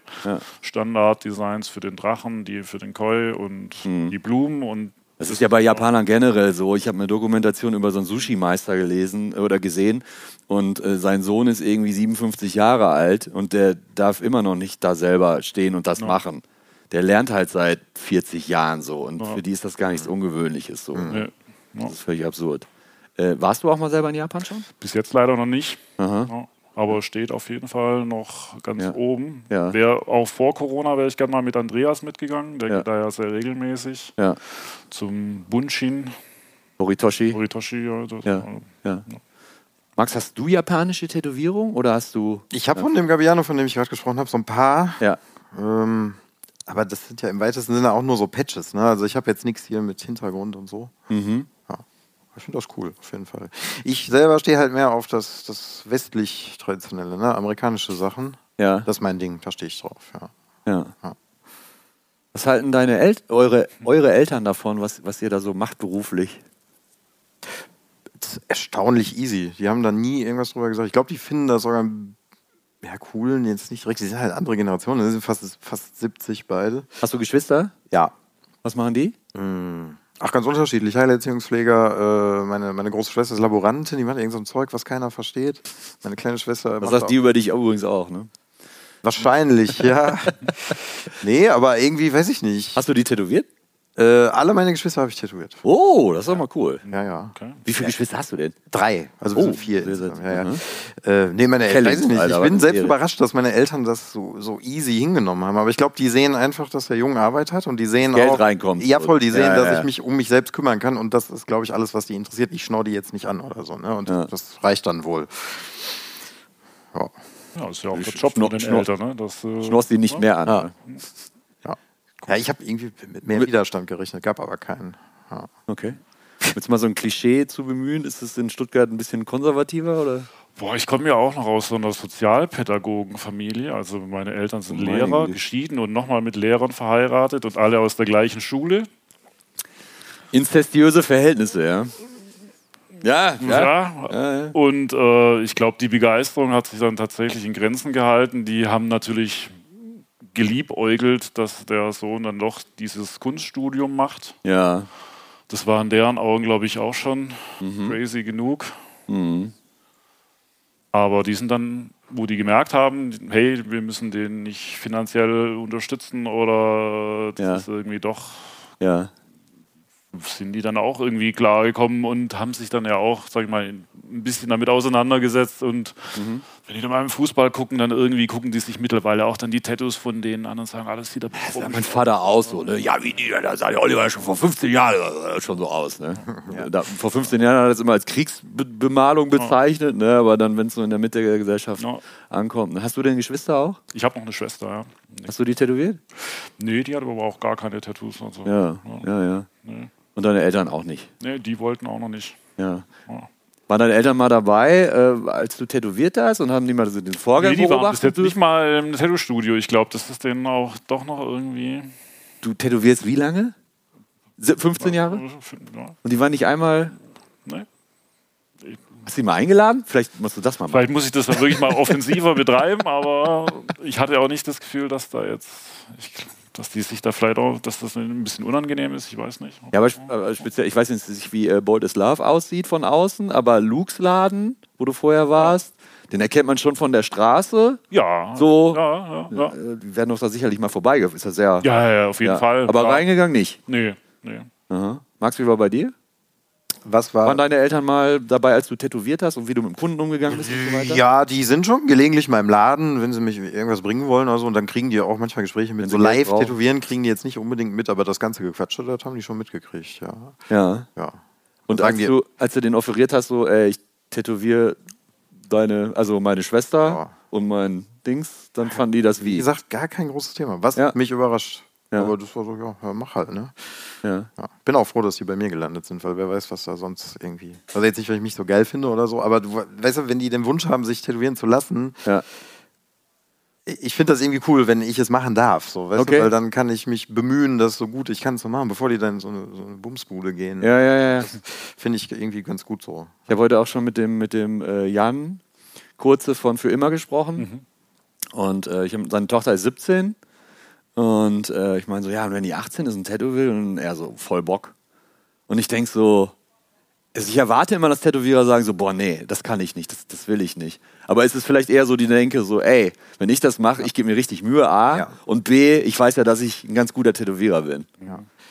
[SPEAKER 3] Standard-Designs für den Drachen, die für den Koi und die Blumen und
[SPEAKER 2] Mhm. Das ist ja bei Japanern generell so. Ich habe eine Dokumentation über so einen Sushi-Meister gelesen äh, oder gesehen und äh, sein Sohn ist irgendwie 57 Jahre alt und der darf immer noch nicht da selber stehen und das machen. Der lernt halt seit 40 Jahren so und für die ist das gar nichts Ungewöhnliches so.
[SPEAKER 3] äh, ja.
[SPEAKER 2] Das ist völlig absurd. Äh, warst du auch mal selber in Japan schon?
[SPEAKER 3] Bis jetzt leider noch nicht. Ja, aber steht auf jeden Fall noch ganz
[SPEAKER 2] Ja.
[SPEAKER 3] oben.
[SPEAKER 2] Ja.
[SPEAKER 3] Wär, auch vor Corona wäre ich gerne mal mit Andreas mitgegangen. Der
[SPEAKER 2] Ja.
[SPEAKER 3] geht da ja sehr regelmäßig.
[SPEAKER 2] Ja.
[SPEAKER 3] Zum Bunshin,
[SPEAKER 2] Horitoshi?
[SPEAKER 3] Horitoshi. Also,
[SPEAKER 2] Ja. ja. Max, hast du japanische Tätowierung oder hast du.
[SPEAKER 4] Ich habe von dem Gabiano, von dem ich gerade gesprochen habe, so ein paar.
[SPEAKER 2] Ja.
[SPEAKER 4] Ähm, aber das sind ja im weitesten Sinne auch nur so Patches. Ne? Also ich habe jetzt nichts hier mit Hintergrund und so. Ja. Ich finde das cool, auf jeden Fall. Ich selber stehe halt mehr auf das, das westlich traditionelle, ne? amerikanische Sachen.
[SPEAKER 2] Ja.
[SPEAKER 4] Das ist mein Ding, da stehe ich drauf. Ja.
[SPEAKER 2] Ja.
[SPEAKER 4] Ja.
[SPEAKER 2] Was halten deine El eure, eure Eltern davon, was, was ihr da so macht beruflich?
[SPEAKER 4] Das ist erstaunlich easy. Die haben da nie irgendwas drüber gesagt. Ich glaube, die finden das sogar ja, cool, jetzt nicht direkt. Die sind halt andere Generationen, die sind fast, fast 70 beide.
[SPEAKER 2] Hast du Geschwister?
[SPEAKER 4] Ja,
[SPEAKER 2] Was machen die?
[SPEAKER 4] Hm. Ach, ganz unterschiedlich. Heilerziehungspfleger, äh, meine, meine große Schwester ist Laborantin, die macht irgend so ein Zeug, was keiner versteht. Meine kleine Schwester
[SPEAKER 2] Das
[SPEAKER 4] macht
[SPEAKER 2] sagt
[SPEAKER 4] auch-
[SPEAKER 2] die über dich übrigens auch, ne?
[SPEAKER 4] Wahrscheinlich, ja. nee, aber irgendwie weiß ich nicht.
[SPEAKER 2] Hast du die tätowiert?
[SPEAKER 4] Äh, alle meine Geschwister habe ich tätowiert.
[SPEAKER 2] Oh, das ist doch mal cool.
[SPEAKER 4] Ja, ja.
[SPEAKER 3] Okay.
[SPEAKER 2] Wie viele Geschwister hast du denn?
[SPEAKER 4] Drei. Also wir
[SPEAKER 2] Oh,
[SPEAKER 4] sind vier.
[SPEAKER 2] wir sind-
[SPEAKER 4] insgesamt. ja, ja.
[SPEAKER 2] ne?
[SPEAKER 4] Äh, nee, meine Eltern,
[SPEAKER 2] Kellings,
[SPEAKER 4] weiß ich nicht.
[SPEAKER 2] Alter,
[SPEAKER 4] ich bin
[SPEAKER 2] was
[SPEAKER 4] selbst
[SPEAKER 2] Ehre.
[SPEAKER 4] überrascht, dass meine Eltern das so, so easy hingenommen haben. Aber ich glaube, die sehen einfach, dass der Junge Arbeit hat und die sehen
[SPEAKER 2] Geld
[SPEAKER 4] auch...
[SPEAKER 2] reinkommt.
[SPEAKER 4] Ja, voll. Die sehen,
[SPEAKER 2] Ja, ja,
[SPEAKER 4] dass
[SPEAKER 2] ja.
[SPEAKER 4] ich mich um mich selbst kümmern kann. Und das ist, glaube ich, alles, was die interessiert. Ich schnorre die jetzt nicht an oder so. Ne? Und
[SPEAKER 2] Ja.
[SPEAKER 4] das reicht dann wohl. Ja.
[SPEAKER 3] Ja, ist ja auch der Job
[SPEAKER 2] schnor-
[SPEAKER 3] von den
[SPEAKER 2] schnor-
[SPEAKER 3] Eltern. Ne? Das, äh,
[SPEAKER 2] Schnorst die nicht mehr an.
[SPEAKER 4] Ja.
[SPEAKER 2] ne?
[SPEAKER 4] Ja, ja ich habe irgendwie mit mehr Widerstand gerechnet, gab aber keinen. Ja.
[SPEAKER 2] Okay. Jetzt mal so ein Klischee zu bemühen, ist es in Stuttgart ein bisschen konservativer oder?
[SPEAKER 3] Boah, ich komme ja auch noch aus so einer Sozialpädagogenfamilie. Also meine Eltern sind
[SPEAKER 2] Meine
[SPEAKER 3] Lehrer,
[SPEAKER 2] Güte.
[SPEAKER 3] geschieden und nochmal mit Lehrern verheiratet und alle aus der gleichen Schule.
[SPEAKER 2] Inzestiöse Verhältnisse, ja. Ja, ja.
[SPEAKER 3] Ja. Und äh, ich glaube, die Begeisterung hat sich dann tatsächlich in Grenzen gehalten. Die haben natürlich geliebäugelt, dass der Sohn dann doch dieses Kunststudium macht.
[SPEAKER 2] Ja.
[SPEAKER 3] Das war in deren Augen, glaube ich, auch schon crazy genug. Aber die sind dann, wo die gemerkt haben, hey, wir müssen den nicht finanziell unterstützen oder das
[SPEAKER 2] Ja.
[SPEAKER 3] ist irgendwie doch,
[SPEAKER 2] ja.
[SPEAKER 3] sind die dann auch irgendwie klargekommen und haben sich dann ja auch, sag ich mal, ein bisschen damit auseinandergesetzt. Und wenn die dann mal im Fußball gucken, dann irgendwie gucken die sich mittlerweile auch dann die Tattoos von denen an und sagen, alles sieht da
[SPEAKER 2] Sah mein Vater aus so, ne? Ja, wie die, da sah der Oliver schon vor 15 Jahren äh, schon so aus, ne? Da, vor 15 Jahren hat er es immer als Kriegsbemalung bezeichnet, ne? Aber dann, wenn es so in der Mitte der Gesellschaft
[SPEAKER 3] Ja.
[SPEAKER 2] ankommt. ne? Hast du denn Geschwister auch?
[SPEAKER 3] Ich habe noch eine Schwester, ja.
[SPEAKER 2] Hast du die tätowiert?
[SPEAKER 3] Nee, die hat aber auch gar keine Tattoos und so.
[SPEAKER 2] Ja, ja, ja. Und deine Eltern auch nicht.
[SPEAKER 3] Nee, die wollten auch noch nicht.
[SPEAKER 2] Ja.
[SPEAKER 3] Ja.
[SPEAKER 2] Waren deine Eltern mal dabei, äh, als du tätowiert hast und haben die mal so den Vorgang
[SPEAKER 3] Nee, die waren bis
[SPEAKER 2] beobachtet?
[SPEAKER 3] jetzt nicht mal im Tattoo-Studio. Ich glaube, das ist denen auch doch noch irgendwie.
[SPEAKER 2] du tätowierst wie lange? Se- 15 Jahre?
[SPEAKER 3] Ja,
[SPEAKER 2] Und die waren nicht einmal.
[SPEAKER 3] nee.
[SPEAKER 2] Hast du die mal eingeladen? Vielleicht musst du das mal machen.
[SPEAKER 3] Vielleicht muss ich das dann wirklich mal offensiver betreiben, aber ich hatte auch nicht das Gefühl, dass da jetzt, ich, dass die sich da vielleicht auch, dass das ein bisschen unangenehm ist. Ich weiß nicht.
[SPEAKER 2] Ja, aber, sp- aber speziell, ich weiß jetzt nicht, wie äh, Bold is Love aussieht von außen, aber Luke's Laden, wo du vorher warst, den erkennt man schon von der Straße.
[SPEAKER 3] ja.
[SPEAKER 2] So.
[SPEAKER 3] Ja, ja, ja.
[SPEAKER 2] Äh, die werden doch da sicherlich mal vorbeigefahren. Ist ja sehr.
[SPEAKER 3] ja, ja auf jeden
[SPEAKER 2] ja.
[SPEAKER 3] Fall.
[SPEAKER 2] Aber
[SPEAKER 3] ja.
[SPEAKER 2] reingegangen nicht.
[SPEAKER 3] Nee, nee.
[SPEAKER 2] Aha. Max, wie war bei dir?
[SPEAKER 4] Was war?
[SPEAKER 2] Waren deine Eltern mal dabei, als du tätowiert hast und wie du mit dem Kunden umgegangen bist und so weiter?
[SPEAKER 4] Ja, die sind schon gelegentlich mal im Laden, wenn sie mich irgendwas bringen wollen oder so. Und dann kriegen die auch manchmal Gespräche mit.
[SPEAKER 2] Wenn
[SPEAKER 4] So
[SPEAKER 2] sie Geld
[SPEAKER 4] live
[SPEAKER 2] brauchen.
[SPEAKER 4] tätowieren kriegen die jetzt nicht unbedingt mit, aber das ganze Gequatsche, das haben die schon mitgekriegt, ja.
[SPEAKER 2] ja.
[SPEAKER 4] ja.
[SPEAKER 2] Und
[SPEAKER 4] Sagen
[SPEAKER 2] als
[SPEAKER 4] die-
[SPEAKER 2] du, als du den offeriert hast, so, ey, ich tätowiere deine, also meine Schwester
[SPEAKER 4] Ja.
[SPEAKER 2] und mein Dings, dann fanden die das
[SPEAKER 4] Wie
[SPEAKER 2] wie.
[SPEAKER 4] gesagt, gar kein großes Thema. Was
[SPEAKER 2] Ja.
[SPEAKER 4] mich überrascht.
[SPEAKER 2] Ja.
[SPEAKER 4] Aber das war so, ja, ja, mach halt, ne?
[SPEAKER 2] Ja.
[SPEAKER 4] Ja. Bin auch froh, dass die bei mir gelandet sind, weil wer weiß, was da sonst irgendwie. Also jetzt nicht, weil ich mich so geil finde oder so, aber du, weißt du, wenn die den Wunsch haben, sich tätowieren zu lassen,
[SPEAKER 2] Ja.
[SPEAKER 4] ich finde das irgendwie cool, wenn ich es machen darf. So, weißt
[SPEAKER 2] Okay.
[SPEAKER 4] du? Weil dann kann ich mich bemühen, das so gut ich kann zu machen, bevor die dann in so eine, so eine Bumsbude gehen.
[SPEAKER 2] Ja, ja, ja, ja.
[SPEAKER 4] Finde ich irgendwie ganz gut so.
[SPEAKER 2] Ich habe heute auch schon mit dem, mit dem äh, Jan Kurze von Für immer gesprochen. Und äh, ich hab, seine Tochter ist 17. Und äh, ich meine so, ja, und wenn die 18 ist und ein Tattoo will, und er so, voll Bock. Und ich denke so, also ich erwarte immer, dass Tätowierer sagen so, boah, nee, das kann ich nicht, das, das will ich nicht. Aber es ist vielleicht eher so die Denke so, ey, wenn ich das mache, ich gebe mir richtig Mühe, A.
[SPEAKER 4] Ja.
[SPEAKER 2] Und B, ich weiß ja, dass ich ein ganz guter Tätowierer bin.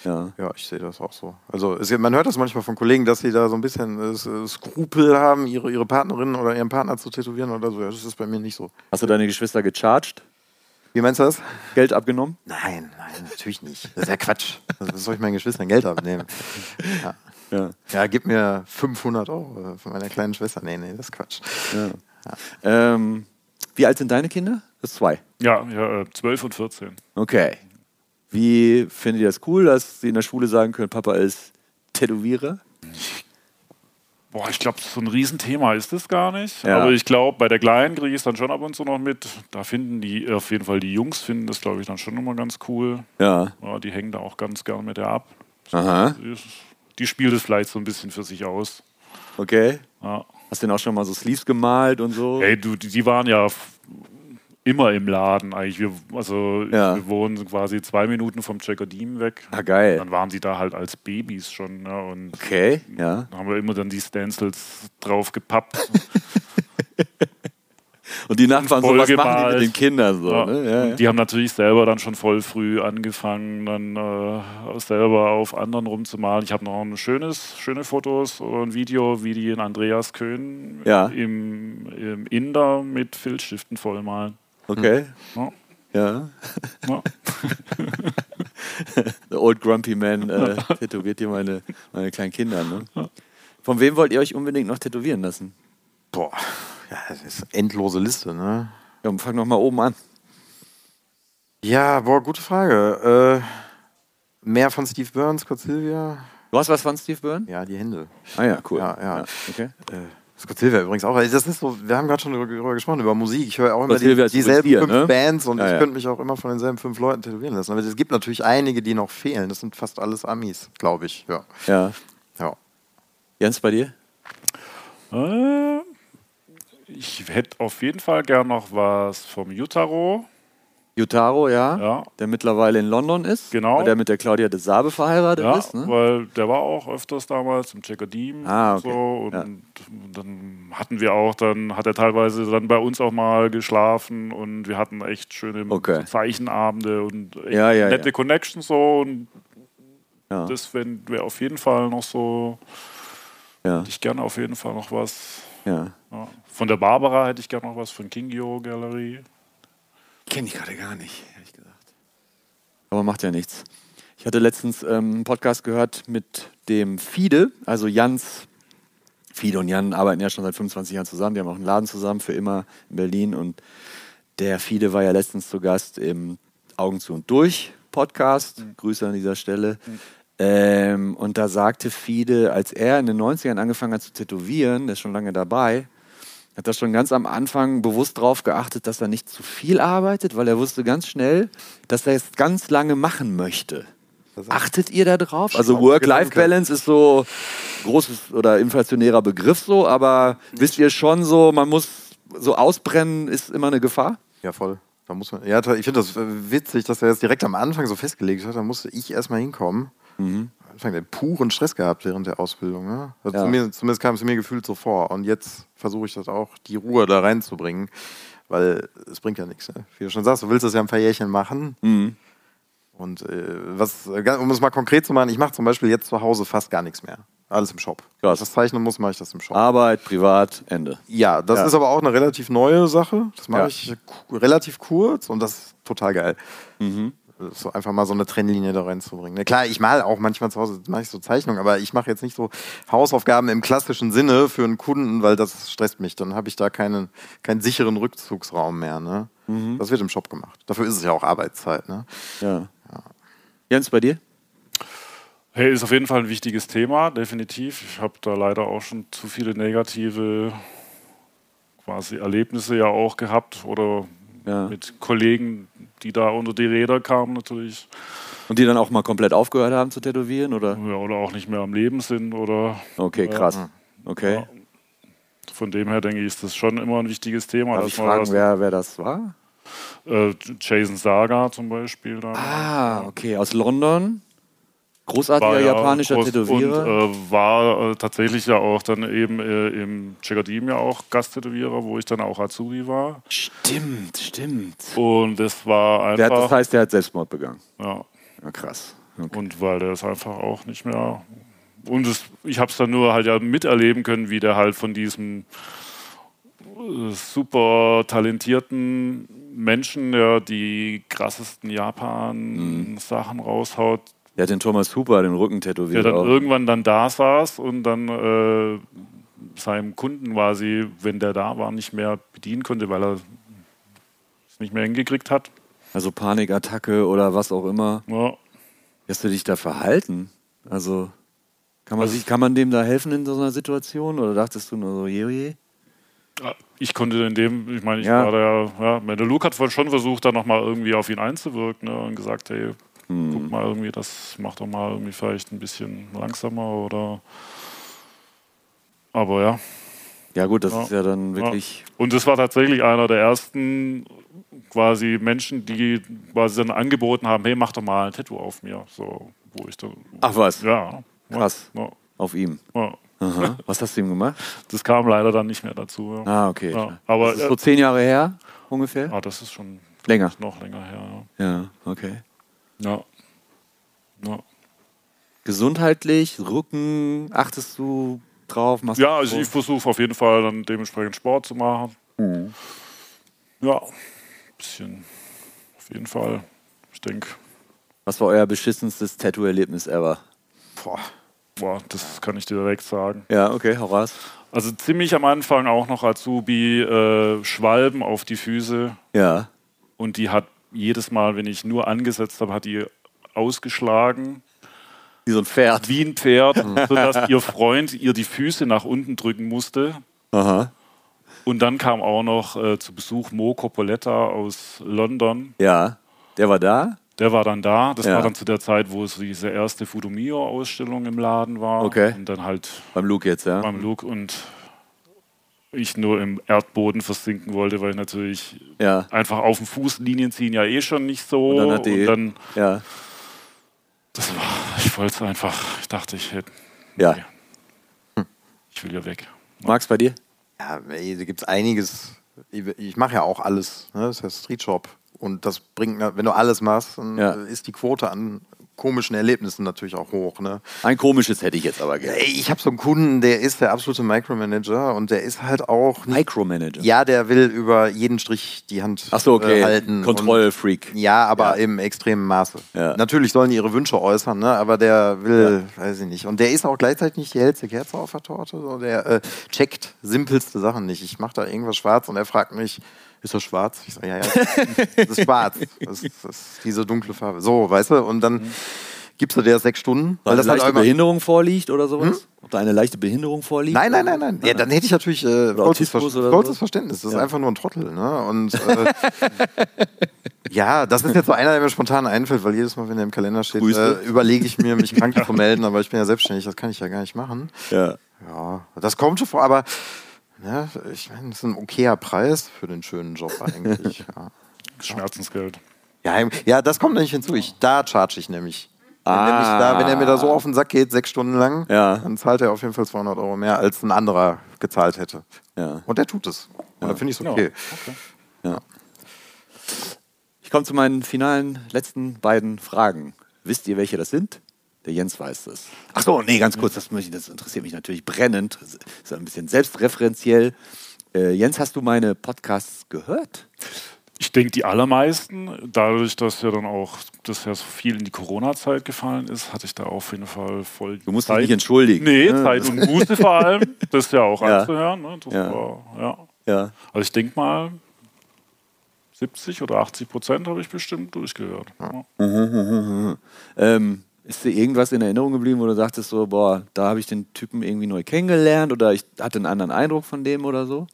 [SPEAKER 4] Ja. Ja, ich sehe das auch so. Also es, gibt- man hört das manchmal von Kollegen, dass sie da so ein bisschen äh, Skrupel haben, ihre, ihre Partnerin oder ihren Partner zu tätowieren oder so. Ja, das ist bei mir nicht so.
[SPEAKER 2] Hast du deine Geschwister gecharged?
[SPEAKER 4] Wie meinst du das?
[SPEAKER 2] Geld abgenommen?
[SPEAKER 4] Nein, nein, natürlich nicht. Das ist ja Quatsch. Also, Was soll ich meinen Geschwistern Geld abnehmen? Ja.
[SPEAKER 2] Ja.
[SPEAKER 4] ja, gib mir 500 Euro von meiner kleinen Schwester. Nee, nee, das ist Quatsch.
[SPEAKER 2] Ähm, wie alt sind deine Kinder? Das ist zwei.
[SPEAKER 3] Ja, ja, äh, 12 und 14.
[SPEAKER 2] Okay. Wie findet ihr das cool, dass sie in der Schule sagen können, Papa ist Tätowierer?
[SPEAKER 3] Boah, ich glaube, so ein Riesenthema ist das gar nicht.
[SPEAKER 2] Ja.
[SPEAKER 3] Aber ich glaube, bei der Kleinen kriege ich es dann schon ab und zu noch mit. Da finden die, äh, auf jeden Fall die Jungs finden das, glaube ich, dann schon immer ganz cool.
[SPEAKER 2] Ja.
[SPEAKER 3] Ja, die hängen da auch ganz gern mit der ab.
[SPEAKER 2] Aha.
[SPEAKER 3] Die ist- Die spielt es vielleicht so ein bisschen für sich aus.
[SPEAKER 2] Okay.
[SPEAKER 3] Ja.
[SPEAKER 2] Hast du denn auch schon mal so Sleeves gemalt und so?
[SPEAKER 3] Ey, du, die, die waren ja f- immer im Laden eigentlich. Wir, also
[SPEAKER 2] Ja.
[SPEAKER 3] wir wohnen quasi zwei Minuten vom Checker Diem weg.
[SPEAKER 2] Ah, geil.
[SPEAKER 3] Dann waren sie da halt als Babys schon. Ne? Und
[SPEAKER 2] Okay. Ja.
[SPEAKER 3] da haben wir immer dann die Stencils drauf gepappt.
[SPEAKER 2] Und die Nachbarn so,
[SPEAKER 3] Voll
[SPEAKER 2] was machen die
[SPEAKER 3] gemalt.
[SPEAKER 2] mit den Kindern so?
[SPEAKER 3] Ja.
[SPEAKER 2] Ne? Ja,
[SPEAKER 3] Und äh,
[SPEAKER 2] ja.
[SPEAKER 3] Die haben natürlich selber dann schon voll früh angefangen, dann äh, selber auf anderen rumzumalen. Ich habe noch ein schönes, schöne Fotos und Video, wie die in Andreas Köhn
[SPEAKER 2] Ja.
[SPEAKER 3] im, im Inder mit Filzstiften vollmalen.
[SPEAKER 2] Okay.
[SPEAKER 3] Ja.
[SPEAKER 2] Ja.
[SPEAKER 3] Ja.
[SPEAKER 2] The Old Grumpy Man äh, tätowiert hier meine, meine kleinen Kinder. Ne? Von wem wollt ihr euch unbedingt noch tätowieren lassen?
[SPEAKER 4] Boah, ja, das ist eine endlose Liste, ne?
[SPEAKER 2] Ja, und fang noch mal oben an.
[SPEAKER 4] Ja, boah, gute Frage. Äh, mehr von Steve Burns, Scott Silvia.
[SPEAKER 2] Du hast was von Steve Byrne?
[SPEAKER 4] Ja, die Hände.
[SPEAKER 2] Ah ja, cool.
[SPEAKER 4] Ja, ja.
[SPEAKER 2] okay.
[SPEAKER 4] Äh, Scott Silvia übrigens auch. Also Das ist so, wir haben gerade schon darüber darüber gesprochen, über Musik. Ich höre auch immer
[SPEAKER 2] Scott Silvia
[SPEAKER 4] die,
[SPEAKER 2] ist
[SPEAKER 4] dieselben
[SPEAKER 2] übrigens hier, ne?
[SPEAKER 4] fünf Bands und
[SPEAKER 2] Ja,
[SPEAKER 4] ich
[SPEAKER 2] ja.
[SPEAKER 4] könnte mich auch immer von denselben fünf Leuten tätowieren lassen. Aber es gibt natürlich einige, die noch fehlen. Das sind fast alles Amis, glaube ich. Ja.
[SPEAKER 2] Ja.
[SPEAKER 4] ja.
[SPEAKER 2] Jens, bei dir?
[SPEAKER 3] Äh, ich hätte auf jeden Fall gern noch was vom Jutaro.
[SPEAKER 2] Yutaro, ja,
[SPEAKER 3] Ja.
[SPEAKER 2] der mittlerweile in London ist.
[SPEAKER 3] Genau.
[SPEAKER 2] Weil der mit der Claudia de Sabe verheiratet
[SPEAKER 3] Ja,
[SPEAKER 2] ist. Ne?
[SPEAKER 3] weil der war auch öfters damals im Checker Diem
[SPEAKER 2] Ah, okay.
[SPEAKER 3] und so. Und
[SPEAKER 2] Ja.
[SPEAKER 3] dann hatten wir auch, dann hat er teilweise dann bei uns auch mal geschlafen und wir hatten echt schöne
[SPEAKER 2] Okay.
[SPEAKER 3] Zeichenabende und echt
[SPEAKER 2] Ja, ja,
[SPEAKER 3] nette
[SPEAKER 2] ja.
[SPEAKER 3] Connection so. Und
[SPEAKER 2] Ja.
[SPEAKER 3] das wäre auf jeden Fall noch so,
[SPEAKER 2] Ja,
[SPEAKER 3] hätte ich gerne auf jeden Fall noch was.
[SPEAKER 2] ja.
[SPEAKER 3] Ja. Von der Barbara hätte ich gerne noch was, von Kingio Gallery.
[SPEAKER 2] Kenne ich gerade gar nicht, ehrlich gesagt. Aber macht ja nichts. Ich hatte letztens ähm, einen Podcast gehört mit dem Fide, also Jans. Fide und Jan arbeiten ja schon seit 25 Jahren zusammen. Die haben auch einen Laden zusammen für immer in Berlin. Und der Fide war ja letztens zu Gast im Augen zu und durch Podcast. Grüße an dieser Stelle. Ähm, und da sagte Fide, als er in den 90ern angefangen hat zu tätowieren, der ist schon lange dabei, hat da schon ganz am Anfang bewusst drauf geachtet, dass er nicht zu viel arbeitet, weil er wusste ganz schnell, dass er es ganz lange machen möchte. Achtet ihr da drauf? Also
[SPEAKER 4] Schlauer
[SPEAKER 2] Work-Life-Balance ist so großes oder inflationärer Begriff so, aber wisst ihr schon so, man muss so ausbrennen ist immer eine Gefahr?
[SPEAKER 4] Ja, voll. Da muss man, ja, ta- ich finde das äh, witzig, dass er das direkt am Anfang so festgelegt hat. Da musste ich erstmal hinkommen. Am Anfang der puren Stress gehabt während der Ausbildung. Ne?
[SPEAKER 2] Mhm.
[SPEAKER 4] Also
[SPEAKER 2] Ja.
[SPEAKER 4] zumindest, zumindest kam es mir gefühlt so vor. Und jetzt versuche ich das auch, die Ruhe da reinzubringen, weil es bringt ja nichts. Ne? Wie du schon sagst, du willst das ja ein paar Jährchen machen.
[SPEAKER 2] Mhm.
[SPEAKER 4] Und äh, was, äh, ga- um es mal konkret zu machen, ich mache zum Beispiel jetzt zu Hause fast gar nichts mehr. Alles im Shop. Wenn
[SPEAKER 2] Krass.
[SPEAKER 4] ich das zeichnen muss, mache ich das im Shop.
[SPEAKER 2] Arbeit, privat, Ende.
[SPEAKER 4] Ja, das
[SPEAKER 2] Ja.
[SPEAKER 4] ist aber auch eine relativ neue Sache. Das mache
[SPEAKER 2] Ja.
[SPEAKER 4] ich ku- relativ kurz und das ist total geil.
[SPEAKER 2] Mhm.
[SPEAKER 4] So einfach mal so eine Trennlinie da reinzubringen. Ne, klar, ich male auch manchmal zu Hause, mache ich so Zeichnungen, aber ich mache jetzt nicht so Hausaufgaben im klassischen Sinne für einen Kunden, weil das stresst mich. Dann habe ich da keinen, keinen sicheren Rückzugsraum mehr. Ne?
[SPEAKER 2] Mhm.
[SPEAKER 4] Das wird im Shop gemacht. Dafür ist es ja auch Arbeitszeit. Ne?
[SPEAKER 2] Ja. Jens, bei dir?
[SPEAKER 3] Hey, ist auf jeden Fall ein wichtiges Thema, definitiv. Ich habe da leider auch schon zu viele negative quasi Erlebnisse ja auch gehabt oder
[SPEAKER 2] Ja.
[SPEAKER 3] mit Kollegen, die da unter die Räder kamen natürlich
[SPEAKER 2] Und die dann auch mal komplett aufgehört haben zu tätowieren oder?
[SPEAKER 3] ja, oder auch nicht mehr am Leben sind oder äh,
[SPEAKER 2] Okay, krass. Okay.
[SPEAKER 3] von dem her denke ich, ist das schon immer ein wichtiges Thema.
[SPEAKER 2] Darf
[SPEAKER 3] dass
[SPEAKER 2] ich
[SPEAKER 3] man
[SPEAKER 2] fragen, wer, wer das war?
[SPEAKER 3] was, äh, Jason Saga zum Beispiel. Da
[SPEAKER 2] Ah, okay, aus London. Großartiger japanischer
[SPEAKER 3] groß
[SPEAKER 2] Tätowierer.
[SPEAKER 3] Und äh, war äh, tatsächlich ja auch dann eben äh, im Checkerdim ja auch Gasttätowierer, wo ich dann auch Azubi war.
[SPEAKER 2] stimmt, stimmt.
[SPEAKER 3] Und das war
[SPEAKER 2] Der hat, halt
[SPEAKER 3] einfach.
[SPEAKER 2] das heißt, der hat Selbstmord begangen.
[SPEAKER 3] ja.
[SPEAKER 2] Ja, krass.
[SPEAKER 3] Und weil der das einfach auch nicht mehr. Und es, ich habe es dann nur halt ja miterleben können, wie der halt von diesem äh, super talentierten Menschen, der die krassesten Japan-Sachen
[SPEAKER 2] Mhm.
[SPEAKER 3] raushaut,
[SPEAKER 2] Der hat den Thomas Huber den Rücken
[SPEAKER 3] der
[SPEAKER 2] tätowiert.
[SPEAKER 3] dann
[SPEAKER 2] auch.
[SPEAKER 3] irgendwann dann da saß und dann äh, seinem Kunden quasi, wenn der da war, nicht mehr bedienen konnte, weil er es nicht mehr hingekriegt hat.
[SPEAKER 2] Also Panikattacke oder was auch immer.
[SPEAKER 3] Ja.
[SPEAKER 2] Wie hast du dich da verhalten? Also kann man,
[SPEAKER 3] Also
[SPEAKER 2] sich, kann man dem da helfen in so einer Situation? Oder dachtest du nur so, je, je?
[SPEAKER 3] Ich konnte in dem, ich meine, ich
[SPEAKER 2] Ja.
[SPEAKER 3] war da ja, ja, der Luke hat wohl schon versucht, da nochmal irgendwie auf ihn einzuwirken ne, und gesagt, hey,
[SPEAKER 2] Hm.
[SPEAKER 3] guck mal irgendwie, das macht doch mal irgendwie vielleicht ein bisschen langsamer oder. Aber ja.
[SPEAKER 2] Ja gut, das
[SPEAKER 3] Ja.
[SPEAKER 2] ist ja dann wirklich...
[SPEAKER 3] Ja. Und das war tatsächlich einer der ersten quasi Menschen, die quasi dann angeboten haben, hey, mach doch mal ein Tattoo auf mir. So, wo ich dann.
[SPEAKER 2] Ach was,
[SPEAKER 3] Ja.
[SPEAKER 2] Krass.
[SPEAKER 3] Ja.
[SPEAKER 2] auf ihm.
[SPEAKER 3] Ja.
[SPEAKER 2] Aha. Was hast du ihm gemacht?
[SPEAKER 3] Das kam leider dann nicht mehr dazu. Ja.
[SPEAKER 2] Ah, okay.
[SPEAKER 3] Ja, aber-
[SPEAKER 2] das ist so zehn Jahre her ungefähr?
[SPEAKER 3] Ah, das ist schon
[SPEAKER 2] Länger.
[SPEAKER 3] noch länger her.
[SPEAKER 2] Ja, okay.
[SPEAKER 3] Ja. Ja. ja.
[SPEAKER 2] Gesundheitlich, Rücken, achtest du drauf? Machst
[SPEAKER 3] Ja,
[SPEAKER 2] du
[SPEAKER 3] also ich versuche auf jeden Fall dann dementsprechend Sport zu machen. Ja, bisschen. Auf jeden Fall. Ich denke,
[SPEAKER 2] Was war euer beschissenstes Tattoo-Erlebnis ever?
[SPEAKER 4] Boah.
[SPEAKER 3] boah, das kann ich dir direkt sagen.
[SPEAKER 2] Ja, okay, hau raus.
[SPEAKER 3] Also ziemlich am Anfang auch noch Azubi äh, Schwalben auf die Füße
[SPEAKER 2] Ja.
[SPEAKER 3] und die hat jedes Mal, wenn ich nur angesetzt habe, hat die ausgeschlagen
[SPEAKER 2] Wie so ein Pferd.
[SPEAKER 3] wie ein Pferd, sodass ihr Freund ihr die Füße nach unten drücken musste.
[SPEAKER 2] Aha.
[SPEAKER 3] Und dann kam auch noch äh, zu Besuch Mo Copoletta aus London.
[SPEAKER 2] Ja. Der war da?
[SPEAKER 3] Der war dann da. Das
[SPEAKER 2] Ja.
[SPEAKER 3] war dann zu der Zeit, wo es diese erste Fudomio-Ausstellung im Laden war.
[SPEAKER 2] Okay.
[SPEAKER 3] Und dann halt
[SPEAKER 2] Beim Luke jetzt, ja?
[SPEAKER 3] beim Look und ich nur im Erdboden versinken wollte, weil ich natürlich
[SPEAKER 2] Ja.
[SPEAKER 3] einfach auf dem Fuß Linien ziehen ja eh schon nicht so.
[SPEAKER 2] Und dann hat die.
[SPEAKER 3] Und dann-
[SPEAKER 2] ja.
[SPEAKER 3] das war, ich wollte es einfach, ich dachte, ich hätte,
[SPEAKER 2] Ja.
[SPEAKER 3] Nee. ich will ja weg.
[SPEAKER 2] Max, bei dir?
[SPEAKER 4] Ja, ey, da gibt es einiges. Ich, ich mache ja auch alles. Ne? Das ist ja Streetshop. Und das bringt, na- wenn du alles machst, dann
[SPEAKER 2] Ja.
[SPEAKER 4] äh, ist die Quote an komischen Erlebnissen natürlich auch hoch. Ne?
[SPEAKER 2] Ein komisches hätte ich jetzt aber gerne.
[SPEAKER 4] Ey, ich habe so einen Kunden, der ist der absolute Micromanager und der ist halt auch nicht.
[SPEAKER 2] Micromanager.
[SPEAKER 4] Ja, der will über jeden Strich die Hand
[SPEAKER 2] Ach so, okay.
[SPEAKER 4] äh, halten. und-
[SPEAKER 2] Kontrollfreak.
[SPEAKER 4] Ja, aber im extremen Maße.
[SPEAKER 2] Ja.
[SPEAKER 4] Natürlich sollen die ihre Wünsche äußern, ne? aber der will, weiß ich nicht. Und der ist auch gleichzeitig nicht die hellste Kerze auf der Torte. So. Der äh, checkt simpelste Sachen nicht. Ich mache da irgendwas schwarz und er fragt mich, ist das schwarz? Ich sage, ja, ja, das ist schwarz. Das ist, das ist diese dunkle Farbe. So, weißt du? Und dann gibst du dir das sechs Stunden.
[SPEAKER 2] Mhm. Weil das
[SPEAKER 4] halt
[SPEAKER 2] leichte
[SPEAKER 4] auch immer- Hm?
[SPEAKER 2] Behinderung vorliegt oder sowas? Ob da eine leichte Behinderung vorliegt?
[SPEAKER 4] Nein, nein, nein, nein. Ja, dann hätte ich natürlich äh, vollstes,
[SPEAKER 2] Autismus
[SPEAKER 4] Ver
[SPEAKER 2] oder
[SPEAKER 4] vollstes
[SPEAKER 2] so.
[SPEAKER 4] Verständnis. Das ist einfach nur ein Trottel. Ne? Und äh, ja, das ist jetzt so einer, der mir spontan einfällt, weil jedes Mal, wenn er im Kalender steht,
[SPEAKER 2] Grüße.
[SPEAKER 4] äh, überlege ich mir, mich krank zu vermelden, aber ich bin ja selbstständig, das kann ich ja gar nicht machen.
[SPEAKER 2] Ja.
[SPEAKER 4] Ja, das kommt schon vor, aber ne, ich meine, das ist ein okayer Preis für den schönen Job eigentlich. ja.
[SPEAKER 3] Schmerzensgeld.
[SPEAKER 4] Ja, im- ja, das kommt nämlich hinzu. Ich, da charge ich nämlich. Ah. Wenn, der mich da, wenn er mir da so auf den Sack geht, sechs Stunden lang,
[SPEAKER 2] Ja.
[SPEAKER 4] dann zahlt er auf jeden Fall 200 Euro mehr, als ein anderer gezahlt hätte.
[SPEAKER 2] Ja.
[SPEAKER 4] Und der tut es. Und da finde ich es
[SPEAKER 3] Ja,
[SPEAKER 4] okay.
[SPEAKER 2] Ich komme zu meinen finalen letzten beiden Fragen. Wisst ihr, welche das sind? Der Jens weiß das. Ach so, nee, ganz kurz, das, möchte ich- das interessiert mich natürlich brennend. Das ist ein bisschen selbstreferenziell. Äh, Jens, hast du meine Podcasts gehört?
[SPEAKER 3] Ich denke, die allermeisten, dadurch, dass ja dann auch das ja so viel in die Corona-Zeit gefallen ist, hatte ich da auf jeden Fall voll.
[SPEAKER 2] Du musst dich nicht entschuldigen. ne?
[SPEAKER 3] Nee,
[SPEAKER 2] Ja.
[SPEAKER 3] Zeit und Muße vor allem. Das ist ja auch
[SPEAKER 2] Ja.
[SPEAKER 3] anzuhören. Ne? Das
[SPEAKER 2] Ja.
[SPEAKER 3] War, ja.
[SPEAKER 2] Ja.
[SPEAKER 3] Also ich denke mal, 70 oder 80 Prozent habe ich bestimmt durchgehört. Ja.
[SPEAKER 2] Ähm, ist dir irgendwas in Erinnerung geblieben, wo du sagtest so, boah, da habe ich den Typen irgendwie neu kennengelernt oder ich hatte einen anderen Eindruck von dem oder so?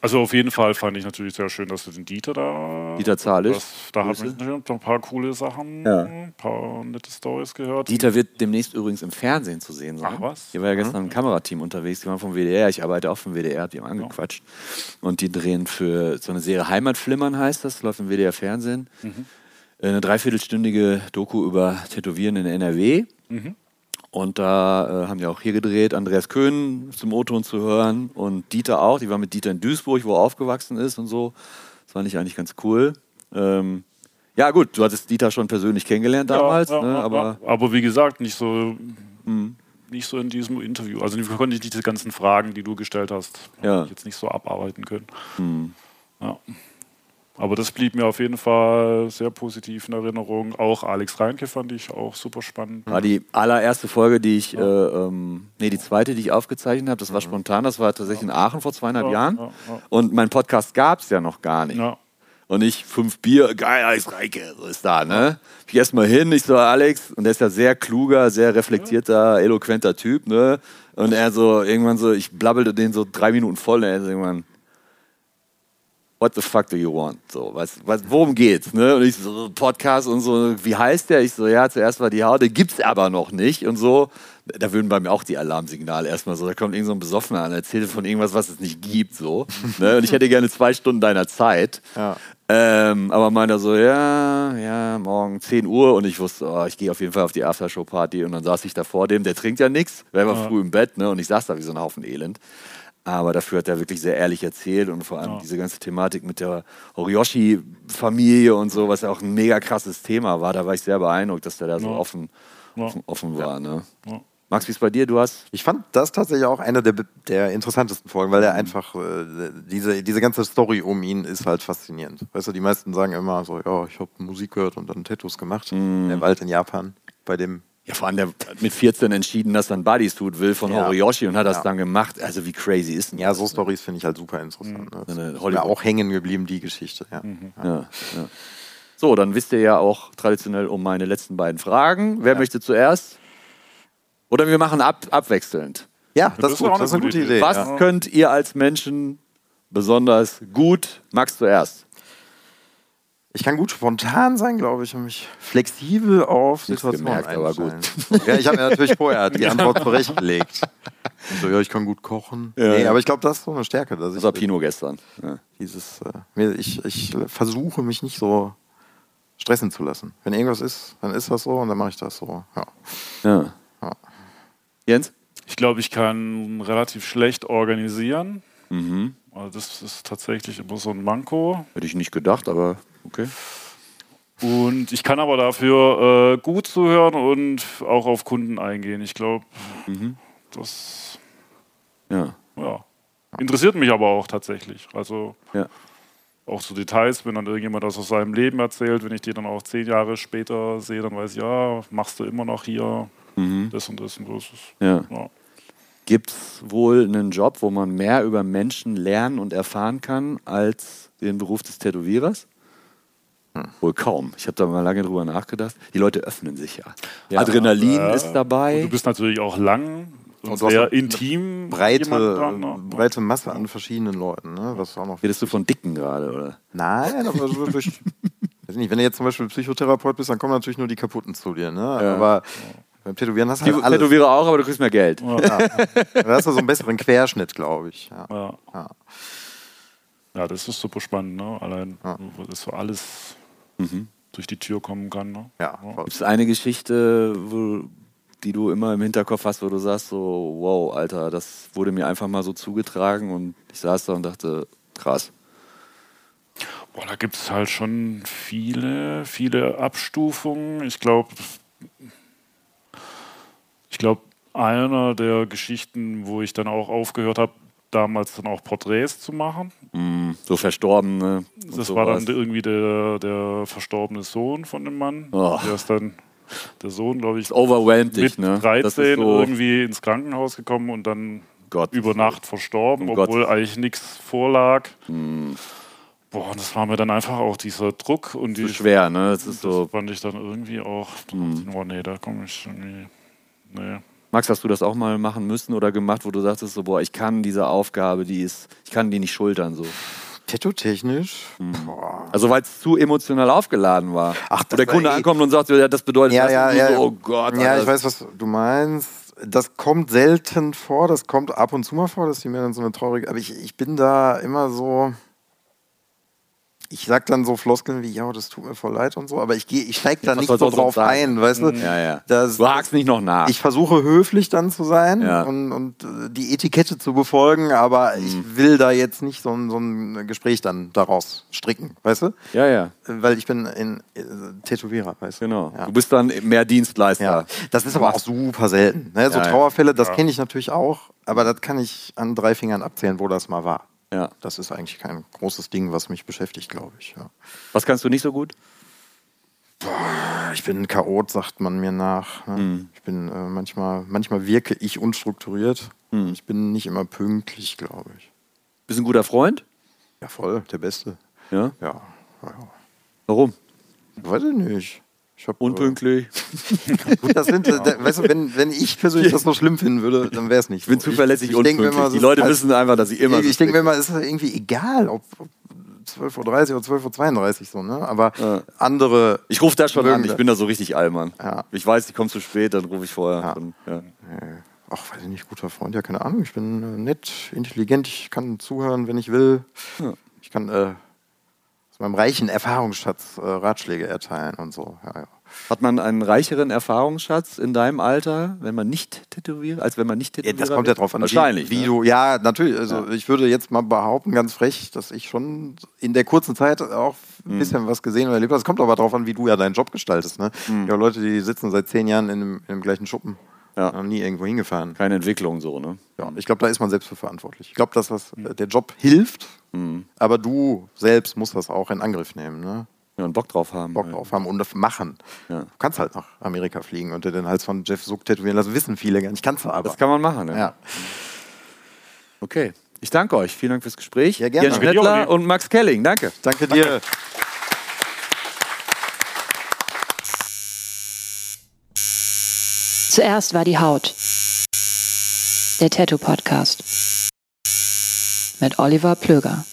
[SPEAKER 3] Also auf jeden Fall fand ich natürlich sehr schön, dass du den Dieter da.
[SPEAKER 2] Dieter Zahlisch,
[SPEAKER 3] Das, da habe
[SPEAKER 2] Grüße.
[SPEAKER 3] ich natürlich ein paar coole Sachen,
[SPEAKER 2] Ja.
[SPEAKER 3] ein paar nette Stories gehört.
[SPEAKER 2] Dieter wird demnächst übrigens im Fernsehen zu sehen sein.
[SPEAKER 3] Ach was? Mhm.
[SPEAKER 2] Hier war ja gestern ein Kamerateam unterwegs, die waren vom WDR, ich arbeite auch vom WDR, hab die haben
[SPEAKER 3] Genau.
[SPEAKER 2] angequatscht. Und die drehen für so eine Serie Heimatflimmern heißt das, läuft im WDR Fernsehen.
[SPEAKER 3] Mhm.
[SPEAKER 2] Äh, Eine dreiviertelstündige Doku über Tätowieren in NRW.
[SPEAKER 3] Mhm.
[SPEAKER 2] Und da äh, haben die auch hier gedreht. Andreas Köhn zum O-Ton zu hören und Dieter auch. Die war mit Dieter in Duisburg, wo er aufgewachsen ist und so. Das fand ich eigentlich ganz cool. Ähm, Ja, gut, du hattest Dieter schon persönlich kennengelernt damals,
[SPEAKER 3] ja,
[SPEAKER 2] ne,
[SPEAKER 3] ja,
[SPEAKER 2] aber Mhm.
[SPEAKER 3] ja. aber wie gesagt, nicht so, nicht so in diesem Interview. Also wir konnten nicht diese ganzen Fragen, die du gestellt hast,
[SPEAKER 2] Ja. Mhm.
[SPEAKER 3] hab ich jetzt nicht so abarbeiten können. Ja. Aber das blieb mir auf jeden Fall sehr positiv in Erinnerung. Auch Alex Reinke fand ich auch super spannend.
[SPEAKER 2] war die allererste Folge, die ich, äh, ähm, nee, die zweite, die ich aufgezeichnet habe, das war spontan, das war tatsächlich in Aachen vor zweieinhalb
[SPEAKER 3] Ja,
[SPEAKER 2] Jahren.
[SPEAKER 3] ja, ja.
[SPEAKER 2] Und mein Podcast gab es ja noch gar nicht.
[SPEAKER 3] Ja.
[SPEAKER 2] Und ich, fünf Bier, geil, Alex Reike, so ist da, ne? Ich erst mal hin, ich so, Alex, und der ist ja sehr kluger, sehr reflektierter, eloquenter Typ, ne? Und er so, irgendwann so, ich blabbelte den so drei Minuten voll, und er so irgendwann, what the fuck do you want? So, was, was, worum geht's, ne? Und ich so, Podcast und so, wie heißt der? Ich so, ja, zuerst war die Haut, den gibt's aber noch nicht und so. Da würden bei mir auch die Alarmsignale erstmal so, da kommt irgend so ein Besoffener an, erzählt von irgendwas, was es nicht gibt, so. ne? Und ich hätte gerne zwei Stunden deiner Zeit.
[SPEAKER 4] Ja.
[SPEAKER 2] Ähm, aber meinte so, ja, ja, morgen 10 Uhr und ich wusste, oh, ich gehe auf jeden Fall auf die Aftershow-Party und dann saß ich da vor dem, der trinkt ja nichts, wäre war früh im Bett, ne, und ich saß da wie so ein Haufen Elend. Aber dafür hat er wirklich sehr ehrlich erzählt und vor allem diese ganze Thematik mit der Horiyoshi-Familie und so, was ja auch ein mega krasses Thema war, da war ich sehr beeindruckt, dass der da so
[SPEAKER 3] Ja.
[SPEAKER 2] offen,
[SPEAKER 3] Ja.
[SPEAKER 2] offen, offen war, ne.
[SPEAKER 3] Ja.
[SPEAKER 2] Max, wie ist bei dir? Du hast
[SPEAKER 4] Ich fand das tatsächlich auch eine der, der interessantesten Folgen, weil er einfach, äh, diese, diese ganze Story um ihn ist halt faszinierend. Weißt du, die meisten sagen immer so, ja, ich habe Musik gehört und dann Tattoos gemacht. Der Wald in Japan, bei dem
[SPEAKER 2] ja vor allem der hat mit 14 entschieden, dass er ein Bodysuit will von
[SPEAKER 4] Ja.
[SPEAKER 2] Horiyoshi und hat das
[SPEAKER 4] Ja.
[SPEAKER 2] dann gemacht. Also wie crazy ist denn
[SPEAKER 4] Ja, so Stories finde ich halt super interessant. Ne? Das
[SPEAKER 2] So eine
[SPEAKER 4] ist mir
[SPEAKER 2] Hollywood-
[SPEAKER 4] auch hängen geblieben, die Geschichte. Ja.
[SPEAKER 2] Ja, ja. So, dann wisst ihr ja auch traditionell um meine letzten beiden Fragen. Wer möchte zuerst? Oder wir machen ab, abwechselnd.
[SPEAKER 4] Ja,
[SPEAKER 3] das
[SPEAKER 4] das ist
[SPEAKER 3] ist auch
[SPEAKER 4] gut. Das ist eine gute Idee.
[SPEAKER 2] Was
[SPEAKER 4] Ja.
[SPEAKER 2] könnt ihr als Menschen besonders gut? Max zuerst.
[SPEAKER 4] Ich kann gut spontan sein, glaube ich, und mich flexibel auf Situationen
[SPEAKER 2] gemerkt, aber gut.
[SPEAKER 4] einstellen. Ja, ich habe mir natürlich vorher die Antwort zurechtgelegt. Und so, ja, ich kann gut kochen. Nee, aber ich glaube, das ist so eine Stärke, dass
[SPEAKER 2] Das war
[SPEAKER 4] ich
[SPEAKER 2] Pino gestern. Ja.
[SPEAKER 4] dieses, äh, mir- ich, ich versuche mich nicht so stressen zu lassen. Wenn irgendwas ist, dann ist das so und dann mache ich das so. Ja.
[SPEAKER 2] Ja. Jens?
[SPEAKER 3] Ich glaube, ich kann relativ schlecht organisieren. Also das ist tatsächlich immer so ein Manko.
[SPEAKER 2] Hätte ich nicht gedacht, aber okay.
[SPEAKER 3] Und ich kann aber dafür äh, gut zuhören und auch auf Kunden eingehen. Ich glaube,
[SPEAKER 4] Mhm.
[SPEAKER 3] das
[SPEAKER 2] Ja.
[SPEAKER 3] ja, interessiert mich aber auch tatsächlich. Also
[SPEAKER 2] ja.
[SPEAKER 3] auch zu Details, wenn dann irgendjemand das aus seinem Leben erzählt, wenn ich die dann auch zehn Jahre später sehe, dann weiß ich, ja, machst du immer noch hier
[SPEAKER 4] Mhm.
[SPEAKER 3] das und das und das.
[SPEAKER 2] Ja.
[SPEAKER 3] Ja.
[SPEAKER 2] Gibt es wohl einen Job, wo man mehr über Menschen lernen und erfahren kann als den Beruf des Tätowierers?
[SPEAKER 3] Hm.
[SPEAKER 2] Wohl kaum. Ich habe da mal lange drüber nachgedacht. Die Leute öffnen sich ja. Adrenalin
[SPEAKER 3] Ja. äh,
[SPEAKER 2] ist
[SPEAKER 3] Und
[SPEAKER 2] dabei.
[SPEAKER 3] du bist natürlich auch lang und,
[SPEAKER 4] du hast
[SPEAKER 3] sehr
[SPEAKER 4] eine
[SPEAKER 3] intim. jemand
[SPEAKER 4] Breite,
[SPEAKER 3] dran, ne?
[SPEAKER 4] breite Masse an verschiedenen Leuten, ne? was auch noch
[SPEAKER 2] Redest du von Dicken gerade, oder?
[SPEAKER 4] Nein, aber so durch. Weiß nicht, wenn du jetzt zum Beispiel Psychotherapeut bist, dann kommen natürlich nur die Kaputten zu dir. Ne? Aber beim Tätowieren hast du halt alles.
[SPEAKER 2] Tätowierer auch, aber du kriegst mehr Geld.
[SPEAKER 4] Da hast du so einen besseren Querschnitt, glaube ich. Ja.
[SPEAKER 3] Ja.
[SPEAKER 4] Ja.
[SPEAKER 3] Ja, das ist super spannend, ne? Allein, wo das so alles
[SPEAKER 2] Mhm.
[SPEAKER 3] durch die Tür kommen kann. Ne?
[SPEAKER 4] Ja, voll.
[SPEAKER 2] Gibt es eine Geschichte, wo, die du immer im Hinterkopf hast, wo du sagst, so, wow, Alter, das wurde mir einfach mal so zugetragen und ich saß da und dachte, krass.
[SPEAKER 3] Boah, da gibt es halt schon viele, viele Abstufungen. Ich glaube, ich glaube, einer der Geschichten, wo ich dann auch aufgehört habe, damals dann auch Porträts zu machen.
[SPEAKER 2] So verstorben. Ne? Und
[SPEAKER 3] Das war dann
[SPEAKER 2] sowas.
[SPEAKER 3] irgendwie der, der verstorbene Sohn von dem Mann.
[SPEAKER 2] Oh.
[SPEAKER 3] Der ist dann, der Sohn, glaube ich,
[SPEAKER 2] overwhelmt dich,
[SPEAKER 3] mit
[SPEAKER 2] ne? Das
[SPEAKER 3] 13
[SPEAKER 2] ist so-
[SPEAKER 3] irgendwie ins Krankenhaus gekommen und dann
[SPEAKER 2] Gott.
[SPEAKER 3] über Nacht verstorben,
[SPEAKER 2] Um Hm.
[SPEAKER 3] obwohl
[SPEAKER 2] Gottes
[SPEAKER 3] eigentlich nichts vorlag. Boah, und das war mir dann einfach auch dieser Druck und die
[SPEAKER 2] zu schwer, ne? Das ist so. Hm.
[SPEAKER 3] Das fand ich dann irgendwie auch. Dann dachte ich, Oh nee, da komme ich irgendwie. Nee.
[SPEAKER 2] Max, hast du das auch mal machen müssen oder gemacht, wo du sagtest so, boah, ich kann diese Aufgabe, die ist, ich kann die nicht schultern so.
[SPEAKER 4] Tattoo-technisch?
[SPEAKER 2] Also weil es zu emotional aufgeladen war.
[SPEAKER 4] Ach, das
[SPEAKER 2] Wo der
[SPEAKER 4] war
[SPEAKER 2] Kunde
[SPEAKER 4] eh-
[SPEAKER 2] ankommt und sagt, so, ja, das bedeutet das. Und du so, Oh Gott.
[SPEAKER 4] Ja,
[SPEAKER 2] Alter,
[SPEAKER 4] ich weiß, was du meinst. Das kommt selten vor, das kommt ab und zu mal vor, dass die mir dann so eine traurige. Aber ich, ich bin da immer so. ich sag dann so Floskeln wie, ja, das tut mir voll leid und so, aber ich, geh- ich steig da
[SPEAKER 2] was
[SPEAKER 4] nicht
[SPEAKER 2] soll
[SPEAKER 4] so
[SPEAKER 2] sonst
[SPEAKER 4] drauf
[SPEAKER 2] sagen? Mhm.
[SPEAKER 4] ein, weißt du?
[SPEAKER 2] Ja, ja.
[SPEAKER 4] Das,
[SPEAKER 2] du hakst nicht noch nach.
[SPEAKER 4] ich versuche höflich dann zu sein
[SPEAKER 2] Ja.
[SPEAKER 4] und, und äh, die Etikette zu befolgen, aber
[SPEAKER 2] Mhm.
[SPEAKER 4] ich will da jetzt nicht so ein, so ein Gespräch dann daraus stricken, weißt du?
[SPEAKER 2] ja, ja,
[SPEAKER 4] Äh, Weil ich bin in äh, Tätowierer, weißt du?
[SPEAKER 2] genau.
[SPEAKER 4] Ja.
[SPEAKER 2] Du bist dann mehr Dienstleister.
[SPEAKER 4] Ja. Das ist aber auch super selten. Ne? So
[SPEAKER 2] Ja, ja.
[SPEAKER 4] Trauerfälle, das kenne ich natürlich auch, aber das kann ich an drei Fingern abzählen, wo das mal war.
[SPEAKER 2] Ja.
[SPEAKER 4] Das ist eigentlich kein großes Ding, was mich beschäftigt, glaube ich. Ja.
[SPEAKER 2] Was kannst du nicht so gut?
[SPEAKER 4] Ich bin ein Chaot, sagt man mir nach. Ne?
[SPEAKER 2] Mhm.
[SPEAKER 4] Ich bin äh, manchmal, manchmal wirke ich unstrukturiert.
[SPEAKER 2] Mhm.
[SPEAKER 4] Ich bin nicht immer pünktlich, glaube ich.
[SPEAKER 2] Bist ein guter Freund?
[SPEAKER 4] Ja, voll, der Beste.
[SPEAKER 2] Ja.
[SPEAKER 4] Ja, ja.
[SPEAKER 2] Warum?
[SPEAKER 4] weiß ich nicht. Ich hab,
[SPEAKER 2] Unpünktlich.
[SPEAKER 4] Gut, das sind, da, weißt du, wenn, wenn ich persönlich das so schlimm finden würde, dann wäre es nicht.
[SPEAKER 2] Ich bin
[SPEAKER 4] so.
[SPEAKER 2] zuverlässig
[SPEAKER 4] ich denk mir
[SPEAKER 2] unpünktlich.
[SPEAKER 4] immer, es
[SPEAKER 2] Die
[SPEAKER 4] ist
[SPEAKER 2] Leute
[SPEAKER 4] halt-
[SPEAKER 2] wissen einfach, dass ich immer.
[SPEAKER 4] ich
[SPEAKER 2] so
[SPEAKER 4] denke mir
[SPEAKER 2] bin.
[SPEAKER 4] immer, es ist halt irgendwie egal, ob, ob 12.30 Uhr oder 12.32 Uhr so, ne? Aber
[SPEAKER 2] Ja.
[SPEAKER 4] andere.
[SPEAKER 2] ich rufe da schon an.
[SPEAKER 4] mögen
[SPEAKER 2] Ich
[SPEAKER 4] das.
[SPEAKER 2] bin da so richtig Allmann.
[SPEAKER 4] Ja.
[SPEAKER 2] Ich weiß, ich komme zu spät, dann rufe ich vorher.
[SPEAKER 4] Ja.
[SPEAKER 2] Dann, ja.
[SPEAKER 4] Äh, Ach, weiß ich nicht, guter Freund, ja, keine Ahnung. Ich bin äh, nett, intelligent, ich kann zuhören, wenn ich will. Ich kann äh, aus meinem reichen Erfahrungsschatz äh, Ratschläge erteilen und so. Ja, ja.
[SPEAKER 2] Hat man einen reicheren Erfahrungsschatz in deinem Alter, wenn man nicht tätowiert, als wenn man nicht
[SPEAKER 4] Ja,
[SPEAKER 2] tätowiert?
[SPEAKER 4] das kommt ja drauf an,
[SPEAKER 2] Wahrscheinlich.
[SPEAKER 4] wie, wie
[SPEAKER 2] ne?
[SPEAKER 4] du. Ja, natürlich. Also ich würde jetzt mal behaupten, ganz frech, dass ich schon in der kurzen Zeit auch ein bisschen was gesehen und erlebt habe. Es kommt aber drauf an, wie du ja deinen Job gestaltest. Ne? Ja, Leute, die sitzen seit zehn Jahren in dem, in dem gleichen Schuppen,
[SPEAKER 2] Ja.
[SPEAKER 4] haben nie irgendwo hingefahren.
[SPEAKER 2] Keine Entwicklung so, ne?
[SPEAKER 4] Ja, ich glaube, da ist man selbst für verantwortlich. Ich glaube, dass das, äh, der Job hilft,
[SPEAKER 2] hm,
[SPEAKER 4] aber du selbst musst das auch in Angriff nehmen. Ne?
[SPEAKER 2] Ja, und Bock drauf haben.
[SPEAKER 4] Bock drauf haben und das machen.
[SPEAKER 2] Ja.
[SPEAKER 4] Du kannst halt nach Amerika fliegen und dir den Hals von Jeff Zuck tätowieren lassen. Wissen viele gar nicht. Kannst du aber.
[SPEAKER 2] Das kann man machen, ne?
[SPEAKER 4] ja.
[SPEAKER 2] Okay. Ich danke euch. Vielen Dank fürs Gespräch.
[SPEAKER 4] Ja, gerne.
[SPEAKER 2] Jens
[SPEAKER 4] Danke
[SPEAKER 2] Schnittler und Max Kelling. Danke.
[SPEAKER 4] Danke dir.
[SPEAKER 1] Zuerst war die Haut. Der Tattoo Podcast. Mit Oliver Plöger.